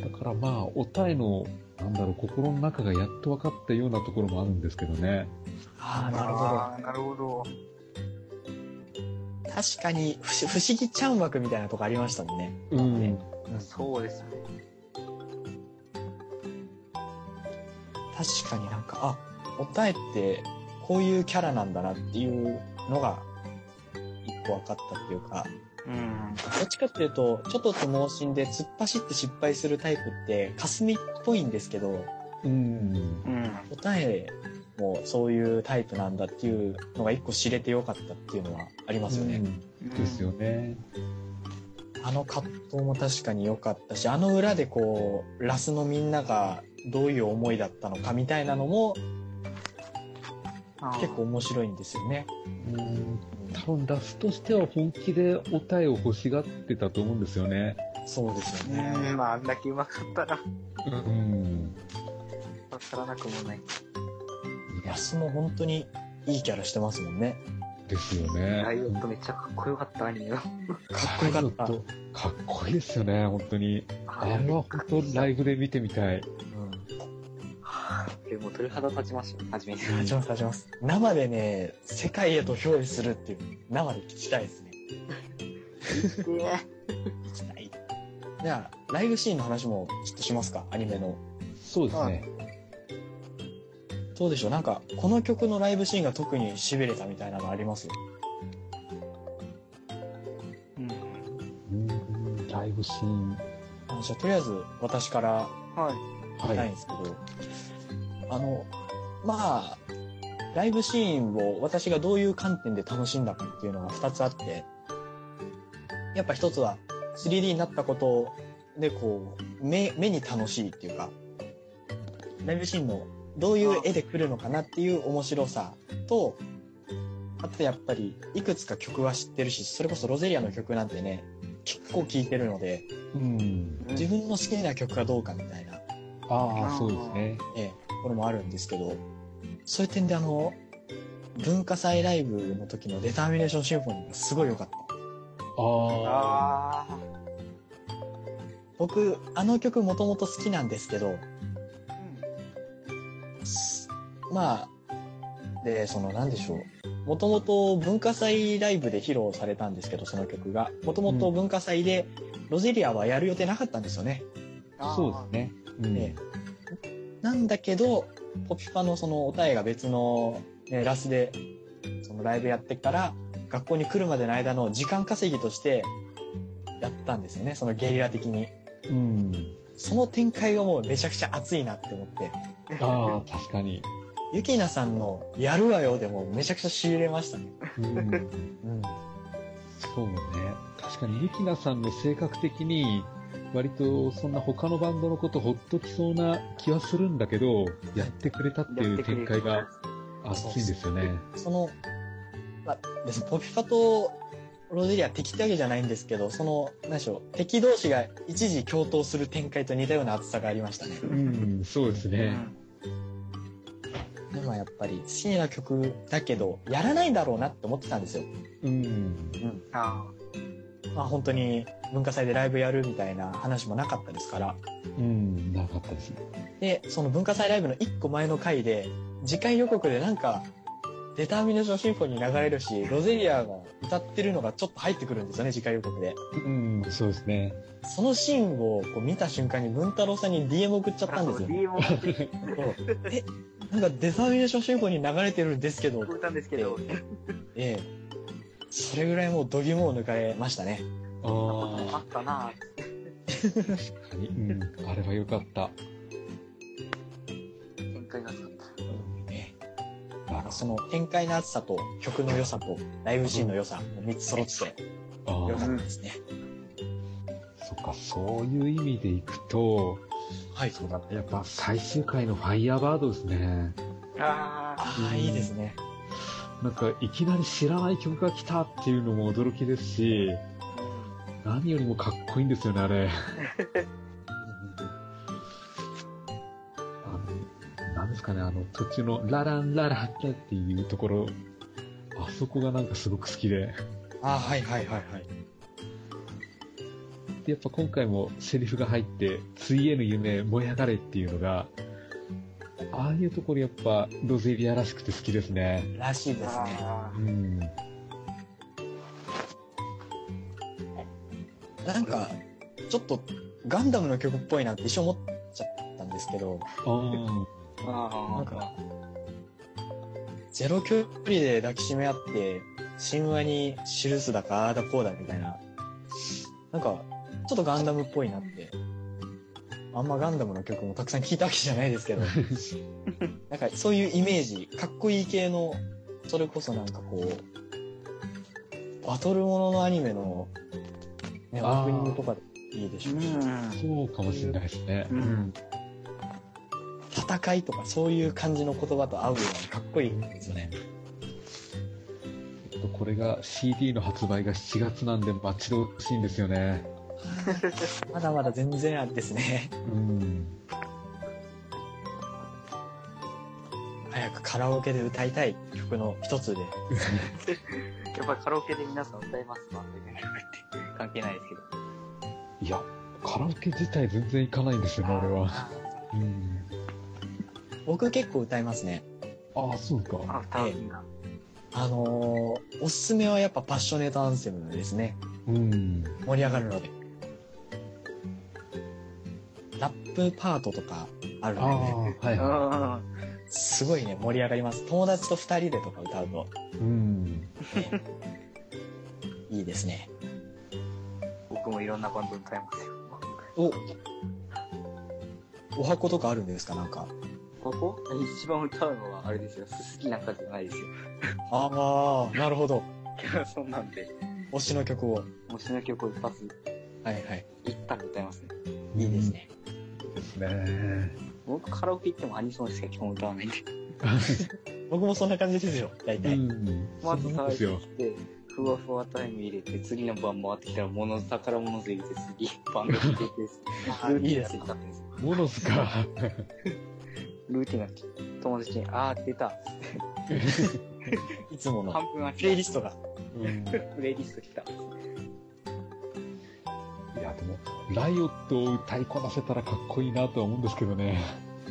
[SPEAKER 4] だからまあ、おたえの、なんだろう、心の中がやっと分かったようなところもあるんですけどね。
[SPEAKER 2] ああ、なるほど。
[SPEAKER 3] あーなるほど。
[SPEAKER 2] 確かに不思、不思議ちゃん枠みたいなとこありましたもんね。
[SPEAKER 4] うん。
[SPEAKER 3] そうですね。
[SPEAKER 2] 確かになんか、あ、おたえって、こういうキャラなんだなっていうのが、一個分かったっていうか、
[SPEAKER 3] うん。
[SPEAKER 2] どっちかっていうと、ちょっとと盲信で突っ走って失敗するタイプって、霞っぽいんですけど、
[SPEAKER 4] うん。
[SPEAKER 3] うん。
[SPEAKER 2] おたえもそういうタイプなんだっていうのが一個知れてよかったっていうのはありますよね。
[SPEAKER 4] うんですよね。
[SPEAKER 2] あの葛藤も確かに良かったし、あの裏でこう、ラスのみんながどういう思いだったのかみたいなのも
[SPEAKER 3] あー
[SPEAKER 2] 結構。面白いんですよね。
[SPEAKER 4] うん。多分、ラスとしては本気でおたえを欲しがってたと思うんですよね。
[SPEAKER 2] そうですよ
[SPEAKER 3] う
[SPEAKER 2] ね
[SPEAKER 3] ん。。まあ、あんだけうまかったら、
[SPEAKER 4] うん。
[SPEAKER 3] わからなくもない。
[SPEAKER 2] ラスも本当にいいキャラしてますもんね。
[SPEAKER 4] ですよね。
[SPEAKER 3] ライオットめっちゃかっこよかった、アニメが。
[SPEAKER 2] かっこよかった
[SPEAKER 4] ライオット。かっこいいですよね、本当に。あれは本当ライブで見てみたい。
[SPEAKER 3] でも鳥肌立ちましたよ、初めて。
[SPEAKER 2] 立ちます立ちます。生でね、世界へと憑依するっていう、生で聞きたいですね。 行きたい。じゃあ、ライブシーンの話もちょっとしますか、アニメの。
[SPEAKER 4] そうですね。
[SPEAKER 2] どうでしょうなんか、この曲のライブシーンが特に痺れたみたいなのあります
[SPEAKER 3] う
[SPEAKER 4] う
[SPEAKER 3] ん。
[SPEAKER 4] んライブシーン。
[SPEAKER 2] あじゃあ、とりあえず私から
[SPEAKER 3] はい。
[SPEAKER 2] な
[SPEAKER 4] はい
[SPEAKER 2] ん
[SPEAKER 4] い。
[SPEAKER 2] ですけど、あの、まあ、ライブシーンを私がどういう観点で楽しんだかっていうのが2つあって、やっぱ1つは 3D になったことでこう、目、目に楽しいっていうか、ライブシーンのどういう絵で来るのかなっていう面白さと、あとやっぱり、いくつか曲は知ってるし、それこそロゼリアの曲なんてね、結構聴いてるので、
[SPEAKER 4] うん。
[SPEAKER 2] 自分の好きな曲がどうかみたいな、
[SPEAKER 4] ああ、そうですね。
[SPEAKER 2] ええ、これもあるんですけど、そういう点であの、文化祭ライブの時のデターミネーションシンフォニーがすごい良かっ
[SPEAKER 4] あ
[SPEAKER 2] た。
[SPEAKER 4] あ。
[SPEAKER 3] あ
[SPEAKER 2] 僕、あの曲もともと好きなんですけど、
[SPEAKER 3] あ。
[SPEAKER 2] すまあ、で、その、なんでしょう。もともと文化祭ライブで披露されたんですけど、その曲が。もともと文化祭で、ロゼリアはやる予定なかったんですよね。
[SPEAKER 4] そうですね。うん
[SPEAKER 2] ええなんだけど、ポピパのそのおたえが別の、ね、ラスで、そのライブやってから、学校に来るまでの間の時間稼ぎとして、やったんですよね、そのゲリラ的に。
[SPEAKER 4] うん。
[SPEAKER 2] その展開がもうめちゃくちゃ熱いなって思って、
[SPEAKER 4] ああ、確かに。
[SPEAKER 2] ゆきなさんのやるわよでもめちゃくちゃ仕入れましたね。
[SPEAKER 4] うん。
[SPEAKER 2] うん。
[SPEAKER 4] そうね。確かに、ゆきなさんの性格的に、割とそんな他のバンドのことほっときそうな気はするんだけど、やってくれたっていう展開が熱いですよね。
[SPEAKER 2] その、まあ、別にポピパとロゼリア敵ってわけじゃないんですけど、その、何でしょう、敵同士が一時共闘する展開と似たような熱さがありましたね。
[SPEAKER 4] うん、そうです
[SPEAKER 3] う
[SPEAKER 4] ね。
[SPEAKER 3] ん。
[SPEAKER 2] 今やっぱり好きな曲だけどやらないだろうなって思ってたんですよ
[SPEAKER 4] うん。
[SPEAKER 3] あ
[SPEAKER 2] まあ本当に文化祭でライブやるみたいな話もなかったですから。
[SPEAKER 4] うん、なかったですね。
[SPEAKER 2] で、その文化祭ライブの一個前の回で、次回予告でなんか、デターミネーションシンフォニー流れるし、ロゼリアが歌ってるのがちょっと入ってくるんですよね、次回予告で。
[SPEAKER 4] うん、そうですね。
[SPEAKER 2] そのシーンをこう見た瞬間に文太郎さんに DM 送っちゃったんですよ。
[SPEAKER 3] DM を送って
[SPEAKER 2] え、なんかデターミネーションシンフォニー流れてるんですけど、
[SPEAKER 3] くれたんですけど、
[SPEAKER 2] ええ。それぐらいもう度肝を抜かれましたね。
[SPEAKER 3] あ
[SPEAKER 4] あ
[SPEAKER 3] った
[SPEAKER 4] あ、
[SPEAKER 3] なぁ。
[SPEAKER 4] 確かに。うん、あれは良かった。
[SPEAKER 3] 展開が熱かった。
[SPEAKER 2] ええなんかその展開の熱さと曲の良さとライブシーンの良さ、3つ揃ってて
[SPEAKER 4] ああ
[SPEAKER 2] 良かったですね。
[SPEAKER 4] そっか、そういう意味でいくと、
[SPEAKER 2] はい。
[SPEAKER 4] そうだね。やっぱ最終回のファイヤーバードですね。
[SPEAKER 3] あ
[SPEAKER 2] ああ、いいですね。
[SPEAKER 4] なんかいきなり知らない曲が来たっていうのも驚きですし、何よりもかっこいいんですよね、あれ。あの、なんですかね、あの途中のラランラランラっていうところ、あそこがなんかすごく好きで。
[SPEAKER 2] ああ、はいはいはいはい。
[SPEAKER 4] で、やっぱ今回もセリフが入って、ついえぬ夢、燃え上がれっていうのが、ああいうところやっぱロゼリアらしくて好きですね。
[SPEAKER 2] らしい
[SPEAKER 3] ー
[SPEAKER 2] ですね。
[SPEAKER 3] あ
[SPEAKER 4] うん。
[SPEAKER 2] なんか、ちょっとガンダムの曲っぽいなって一瞬思っちゃったんですけど、
[SPEAKER 4] あ
[SPEAKER 3] ーあ
[SPEAKER 2] な
[SPEAKER 3] ー
[SPEAKER 2] んか、ゼロ距離で抱きしめ合って、神話に記すだか、ああだこうだみたいな。なんか、ちょっとガンダムっぽいなって。あんまガンダムの曲もたくさん聴いたわけじゃない ですけど。なんかそういうイメージ、かっこいい系の、それこそなんかこう、バトルもののアニメの、ね、オ
[SPEAKER 4] あー
[SPEAKER 2] ープニングとかでいいでしょうし
[SPEAKER 4] あ、そうかもしれないですね。
[SPEAKER 3] うん
[SPEAKER 4] うん
[SPEAKER 2] 戦いとかそういう感じの言葉と合うようなかっこいいんですよね。
[SPEAKER 4] これが CD の発売が7月なんで待ち遠しいんですよね。
[SPEAKER 2] まだまだ全然あれですね。
[SPEAKER 4] うん。
[SPEAKER 2] 早くカラオケで歌いたい曲の一つで。
[SPEAKER 3] やっぱりカラオケで皆さん歌いますかみたい なって関係ないですけど。
[SPEAKER 4] いや、カラオケ自体全然行かないんですよね、俺は。うん。
[SPEAKER 2] 僕結構歌いますね。
[SPEAKER 4] ああ、そうか。
[SPEAKER 3] あ、歌うんだ。
[SPEAKER 2] あのー、おすすめはやっぱパッショネートアンセムですね。
[SPEAKER 4] うん。
[SPEAKER 2] 盛り上がるので。ラップパートとかある
[SPEAKER 4] あ
[SPEAKER 2] のでね、
[SPEAKER 4] あ、はいは
[SPEAKER 3] あ
[SPEAKER 2] すごいね、盛り上がります。友達と二人でとか歌うと
[SPEAKER 4] い。うん。
[SPEAKER 2] いいですね。
[SPEAKER 3] ー僕もいろんなバンド歌いますよ。
[SPEAKER 2] おお箱とかあるんですかなんか。
[SPEAKER 3] ここ一番歌うのはあれですよ。すすきなんかじゃないですよ。
[SPEAKER 2] ああ、なるほど。
[SPEAKER 3] そんなんで。
[SPEAKER 2] 推しの曲を。
[SPEAKER 3] 推しの曲を一発、
[SPEAKER 2] はいはい。
[SPEAKER 3] 一旦歌いますね。
[SPEAKER 2] いいですね。
[SPEAKER 4] ですね。
[SPEAKER 3] 僕カラオケ行ってもアニソンしか基本歌わないんで。
[SPEAKER 2] 僕もそんな感じですよ、大
[SPEAKER 4] う
[SPEAKER 2] 体。
[SPEAKER 4] ん。
[SPEAKER 3] ま
[SPEAKER 4] そ
[SPEAKER 3] ず
[SPEAKER 4] うなんです
[SPEAKER 3] 最
[SPEAKER 4] よ
[SPEAKER 3] 後。来て、ふわふわタイム入れて、次の番回ってきたら、もの、宝物入れて、次、バンド入れて、
[SPEAKER 2] あ
[SPEAKER 3] ルー
[SPEAKER 2] い
[SPEAKER 3] ティ
[SPEAKER 2] い
[SPEAKER 3] ン
[SPEAKER 2] で
[SPEAKER 3] やっ
[SPEAKER 2] す
[SPEAKER 3] て
[SPEAKER 2] ね
[SPEAKER 3] きたんですよ。
[SPEAKER 4] モノスか。
[SPEAKER 3] ルーティンが来て、友達に、あー出た。
[SPEAKER 2] いつもの
[SPEAKER 3] 半分開
[SPEAKER 2] プレイ
[SPEAKER 3] け
[SPEAKER 2] リストが。
[SPEAKER 4] うん。
[SPEAKER 3] た。プレイリスト来た。
[SPEAKER 4] いや、でも、ライオットを歌いこなせたらかっこいいなとは思うんですけどね。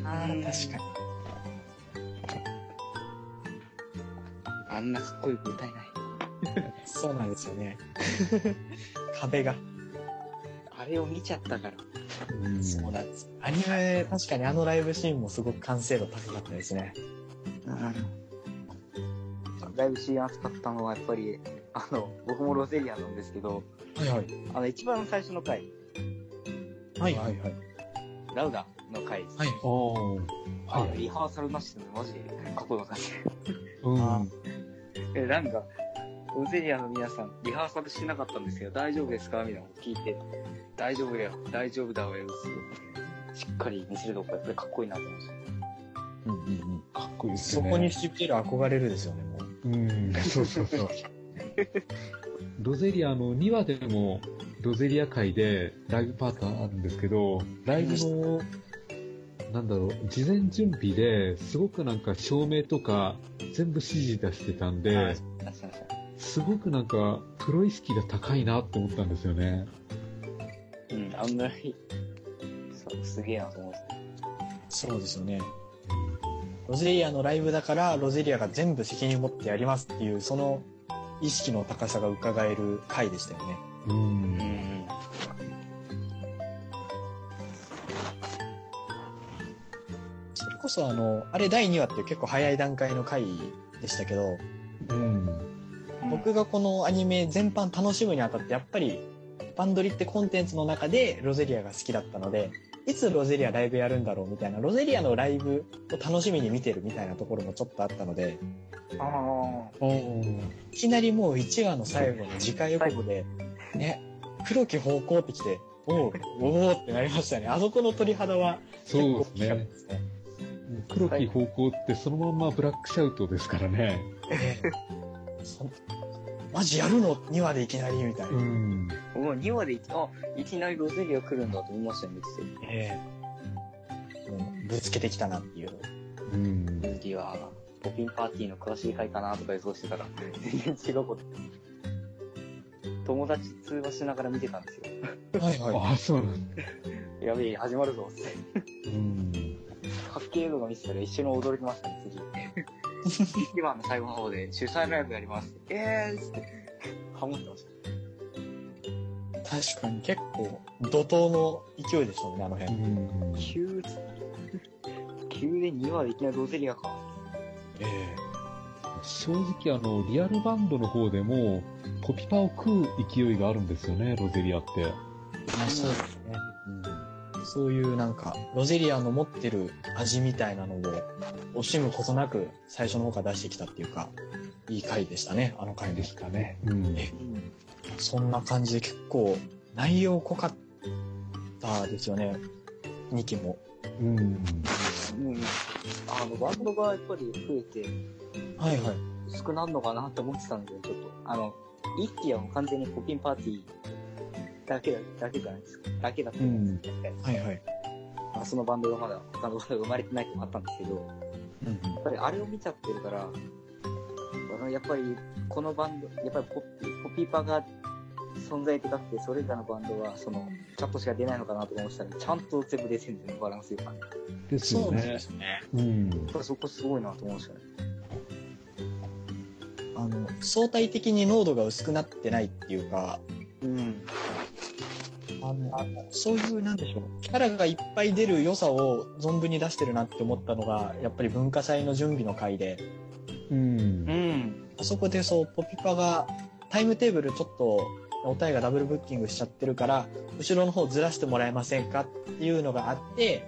[SPEAKER 2] あー確か
[SPEAKER 3] あんなかっこよく歌えない。
[SPEAKER 2] に。そうなんですよ ね。壁が。
[SPEAKER 3] あれを見ちゃったから。
[SPEAKER 4] うん。
[SPEAKER 2] そうなんです。アニメ、確かにあのライブシーンもすごく完成度高かったですね。
[SPEAKER 3] ライブシーン熱かったのは、やっぱり、あの、僕もロゼリアなんですけど、
[SPEAKER 2] はいはい。
[SPEAKER 3] あの、一番最初の回、
[SPEAKER 2] はいはいはい。
[SPEAKER 3] ラウダの回です。
[SPEAKER 2] はい。
[SPEAKER 4] おー。
[SPEAKER 3] あ
[SPEAKER 4] は
[SPEAKER 3] のリ
[SPEAKER 4] い。
[SPEAKER 3] ハーサルなしで、マジで、かっこよかったです。
[SPEAKER 4] うん。
[SPEAKER 3] え、なんか、ロゼリアの皆さん、リハーサルしてなかったんですけど、大丈夫ですかみたいなこと聞いて、大丈夫だよ、大丈夫だわよ、しっかり見せるとこやっぱりかっこいいなと思いまし
[SPEAKER 2] うんうんうん。
[SPEAKER 4] かっこいいです
[SPEAKER 2] そ
[SPEAKER 4] よね。
[SPEAKER 2] こにしびれる憧れるですよね、もう。
[SPEAKER 4] うん、そうそう そう。ロゼリアの2話でも、ロゼリア会でライブパートあるんですけど、ライブの、なんだろう、事前準備ですごくなんか照明とか全部指示出してたんで、
[SPEAKER 3] た。出しました。
[SPEAKER 4] すごくなんか、プロ意識が高いなって思ったんですよね。
[SPEAKER 3] うん、あんまり、そう、すげえなと思って。
[SPEAKER 2] そうですよね。ロゼリアのライブだから、ロゼリアが全部責任を持ってやりますっていう、その意識の高さが伺える回でしたよね。
[SPEAKER 4] うん
[SPEAKER 3] う。ん。
[SPEAKER 2] それこそあの、あれ第2話っていう結構早い段階の回でしたけど、
[SPEAKER 4] うん。
[SPEAKER 2] 僕がこのアニメ全般楽しむにあたって、やっぱり、バンドリってコンテンツの中でロゼリアが好きだったので、いつロゼリアライブやるんだろうみたいな、ロゼリアのライブを楽しみに見てるみたいなところもちょっとあったので、
[SPEAKER 3] ああ。
[SPEAKER 2] いきなりもう1話の最後の次回予告で、ね、黒き方向ってきて、おうおおってなりましたね。あそこの鳥肌は結
[SPEAKER 4] そう
[SPEAKER 2] 構
[SPEAKER 4] で
[SPEAKER 2] 大
[SPEAKER 4] す
[SPEAKER 2] きかった
[SPEAKER 4] ね
[SPEAKER 2] で。すね。
[SPEAKER 4] 黒き方向ってそのまんまブラックシャウトですからね。
[SPEAKER 2] そマジやるの ?2 話でいきなりみたいな。
[SPEAKER 4] ん。
[SPEAKER 3] もう2話でいき、あ、いきなりロゼリア来るんだと思いましたよ、見てて。
[SPEAKER 2] ええうんぶつけてきたなっていう。
[SPEAKER 4] うん。
[SPEAKER 3] 次は、ポピンパーティーの詳しい回かなとか予想してたら、全然違うこと。友達通話しながら見てたんですよ。
[SPEAKER 2] はいは
[SPEAKER 4] ああ、そうなんだ。
[SPEAKER 3] やべえ、始まるぞって。
[SPEAKER 4] うん。
[SPEAKER 3] かっけえ動画見てたら一緒に驚きましたね、次。1番の 最後の方で主催ライブやります。えーっつって。ハモってました。
[SPEAKER 2] い。確かに結構怒涛の勢いでしたもんね、あの
[SPEAKER 4] う
[SPEAKER 2] 辺。
[SPEAKER 4] ん。
[SPEAKER 3] 急、急で2話でいきなりロゼリアか。
[SPEAKER 2] ええ
[SPEAKER 4] 正直あの、リアルバンドの方でも、ポピパを食う勢いがあるんですよね、ロゼリアって。
[SPEAKER 2] あそうですね。そういうなんか、ロゼリアの持ってる味みたいなのを惜しむことなく最初の方から出してきたっていうか、いい回でしたね、あの回
[SPEAKER 4] で
[SPEAKER 2] ですす。
[SPEAKER 4] かね。うん。
[SPEAKER 3] うん。
[SPEAKER 2] そんな感じで結構内容濃かったですよね、2期も。
[SPEAKER 4] うん。
[SPEAKER 3] うん。あの、バンドがやっぱり増えて、
[SPEAKER 2] はいはい。
[SPEAKER 3] 薄くなるのかなと思ってたんですよ、ちょっと。あの、一期はもう完全にポピンパーティーだけだ、だけじゃないですか。だけだったんですよ、
[SPEAKER 2] はいはい。
[SPEAKER 3] まあそのバンドがまだ他のバンドが生まれてないってもあったんですけど、
[SPEAKER 2] うんうん
[SPEAKER 3] やっぱりあれを見ちゃってるから、あのやっぱりこのバンド、やっぱりポピポピパが存在でかくて、それ以外のバンドは、その、ちょっとしか出ないのかなと思ってたら、ちゃんと全部出てるんですよね、バランスよく。やっ
[SPEAKER 4] ですよね。
[SPEAKER 2] よね。
[SPEAKER 4] うん。
[SPEAKER 3] ぱりそこすごいなと思うんですよね。
[SPEAKER 2] あの、相対的に濃度が薄くなってないっていうか、
[SPEAKER 3] うん。
[SPEAKER 2] あの、そういう、なんでしょう、キャラがいっぱい出る良さを存分に出してるなって思ったのが、やっぱり文化祭の準備の回で、
[SPEAKER 4] うん。
[SPEAKER 3] ん。
[SPEAKER 2] あそこでそう、ポピパが、タイムテーブルちょっと、おたえがダブルブッキングしちゃってるから、後ろの方ずらしてもらえませんかっていうのがあって、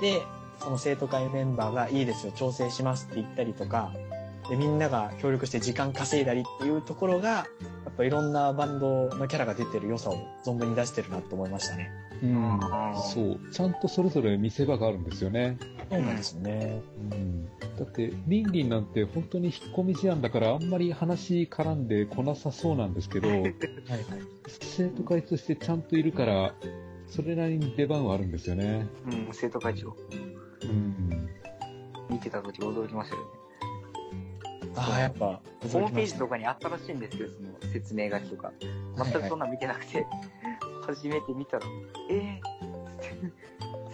[SPEAKER 2] で、その生徒会メンバーが、いいですよ、調整しますって言ったりとか、で、みんなが協力して時間稼いだりっていうところが、やっぱいろんなバンドのキャラが出てる良さを存分に出してるなと思いましたね。
[SPEAKER 4] うん。そう。ちゃんとそれぞれ見せ場があるんですよね。
[SPEAKER 2] そうなんですよね。
[SPEAKER 4] うん。だって、リンリンなんて本当に引っ込み思案だからあんまり話絡んでこなさそうなんです けど、
[SPEAKER 2] はいはい。
[SPEAKER 4] 生徒会としてちゃんといるから、それなりに出番はあるんですよね。
[SPEAKER 3] うん、生徒会長。
[SPEAKER 4] うん。
[SPEAKER 3] 見てた時驚きましたよね。
[SPEAKER 2] ああ、やっぱ、
[SPEAKER 3] ホームペー
[SPEAKER 2] 驚
[SPEAKER 3] ジ
[SPEAKER 2] き
[SPEAKER 3] とかにあったらしいんですけど、その説明書きとか。
[SPEAKER 2] ました
[SPEAKER 3] 全くそんなん見てなくて、初めて見たら、えー、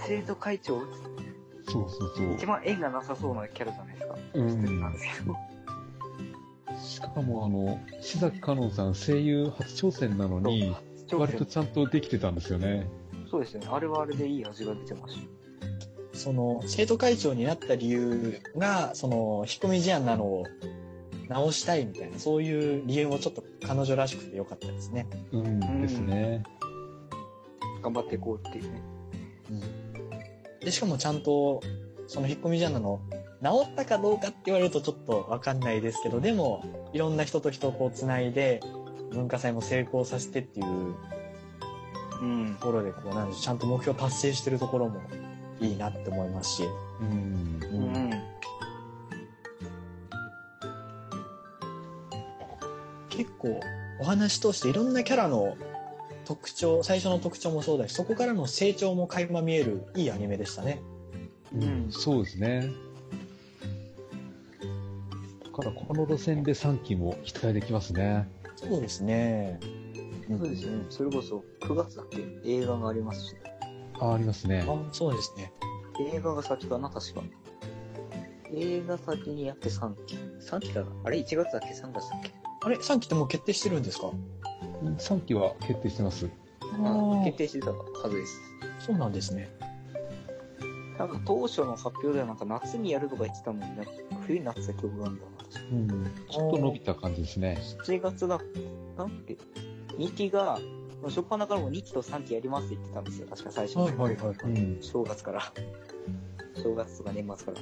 [SPEAKER 3] 生徒会長
[SPEAKER 4] そうそうそう
[SPEAKER 3] 一。番縁がなさそうなキャラじゃないですか。
[SPEAKER 4] うん
[SPEAKER 3] なんですけど。
[SPEAKER 4] しかもあの、志崎香音さん声優初挑戦なのに、割とちゃんとできてたんですよね。
[SPEAKER 3] そうですよね。あれはあれでいい味が出てまし
[SPEAKER 2] その生徒会長になった理由がその引っ込み思案なのを直したいみたいなそういう理由もちょっと彼女らしくてよかったですね。
[SPEAKER 4] うん、ですね。
[SPEAKER 3] た。頑張っていこうっていうね。
[SPEAKER 2] でしかもちゃんとその引っ込み思案なの直ったかどうかって言われるとちょっとわかんないですけどでもいろんな人と人をこうつないで文化祭も成功させてっていう
[SPEAKER 3] うん。
[SPEAKER 2] ところでこうなんでしょうちゃんと目標達成してるところもいいなって思いますし。
[SPEAKER 4] うん。
[SPEAKER 2] う
[SPEAKER 3] うんん。
[SPEAKER 2] 結構お話通していろんなキャラの特徴最初の特徴もそうだしそこからの成長も垣間見えるいいアニメでしたね
[SPEAKER 4] うんそうですね。からこの路線で3期も期待できますね。
[SPEAKER 2] そうですね。
[SPEAKER 3] そうですね。それこそ、9月だっけ映画がありますし、
[SPEAKER 4] あ、ありますね。
[SPEAKER 2] あそうですね。
[SPEAKER 3] 映画が先かな、確か。映画先にやって3期。
[SPEAKER 5] 3期だな。あれ ?1 月だっけ ?3 月だっけ
[SPEAKER 2] あれ、3期ってもう決定してるんですか
[SPEAKER 4] 3期は決定してます。
[SPEAKER 5] あ決定してたはずです。
[SPEAKER 2] そうなんですね。
[SPEAKER 3] なんか当初の発表ではなんか夏にやるとか言ってたのに、なんか冬になってた曲なんだな、確か。
[SPEAKER 4] うん。ちょっと伸びた感じですね。
[SPEAKER 3] 7月だ、なんて、2期が、初っ端からも2期と3期やりますって言ってたんですよ、確か最初。
[SPEAKER 2] はい。
[SPEAKER 4] うん。
[SPEAKER 3] 正月から。正月とか年末から。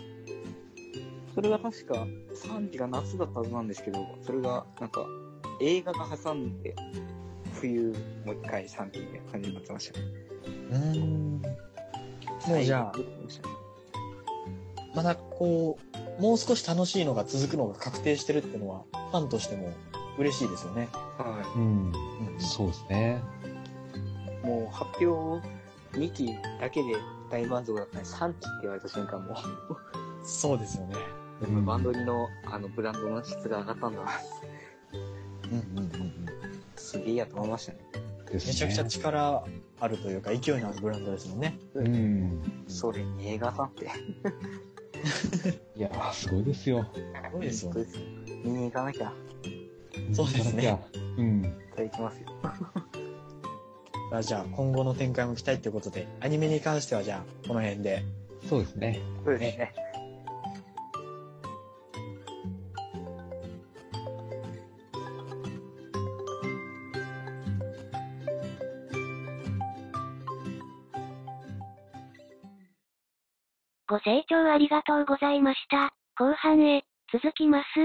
[SPEAKER 3] それが確か3期が夏だったはずなんですけど、それがなんか映画が挟んで、冬もう一回3期みたいな感じになってましたね。
[SPEAKER 2] うん。もうじゃあ、まだこう、もう少し楽しいのが続くのが確定してるってのは、ファンとしても嬉しいですよね。
[SPEAKER 3] はい。
[SPEAKER 4] うん。
[SPEAKER 2] うん
[SPEAKER 4] そうですね。
[SPEAKER 3] もう発表2期だけで大満足だったのに3期って言われた瞬間も
[SPEAKER 2] そうですよね。
[SPEAKER 4] う
[SPEAKER 3] う、
[SPEAKER 4] ん
[SPEAKER 3] バンドリのあのブランドの質が上がったんだな。
[SPEAKER 2] うんうんうんうん。
[SPEAKER 3] すげえやと思いましたね。
[SPEAKER 4] ですね
[SPEAKER 2] めちゃくちゃ力あるというか、勢いのあるブランドですもんね。
[SPEAKER 4] うん。
[SPEAKER 3] それに映画だって。
[SPEAKER 4] いやー、すごいですよ。
[SPEAKER 2] すごいですよ
[SPEAKER 3] そう
[SPEAKER 2] ね。
[SPEAKER 3] ですね。見に行かなきゃ、
[SPEAKER 2] そうですね
[SPEAKER 4] うん。
[SPEAKER 3] いただきますよ。
[SPEAKER 2] まあじゃあ、今後の展開も期待ということで、アニメに関してはじゃあ、この辺で。
[SPEAKER 4] そうですね。
[SPEAKER 3] そうですね。
[SPEAKER 6] ご清聴ありがとうございました。後半へ、続きます。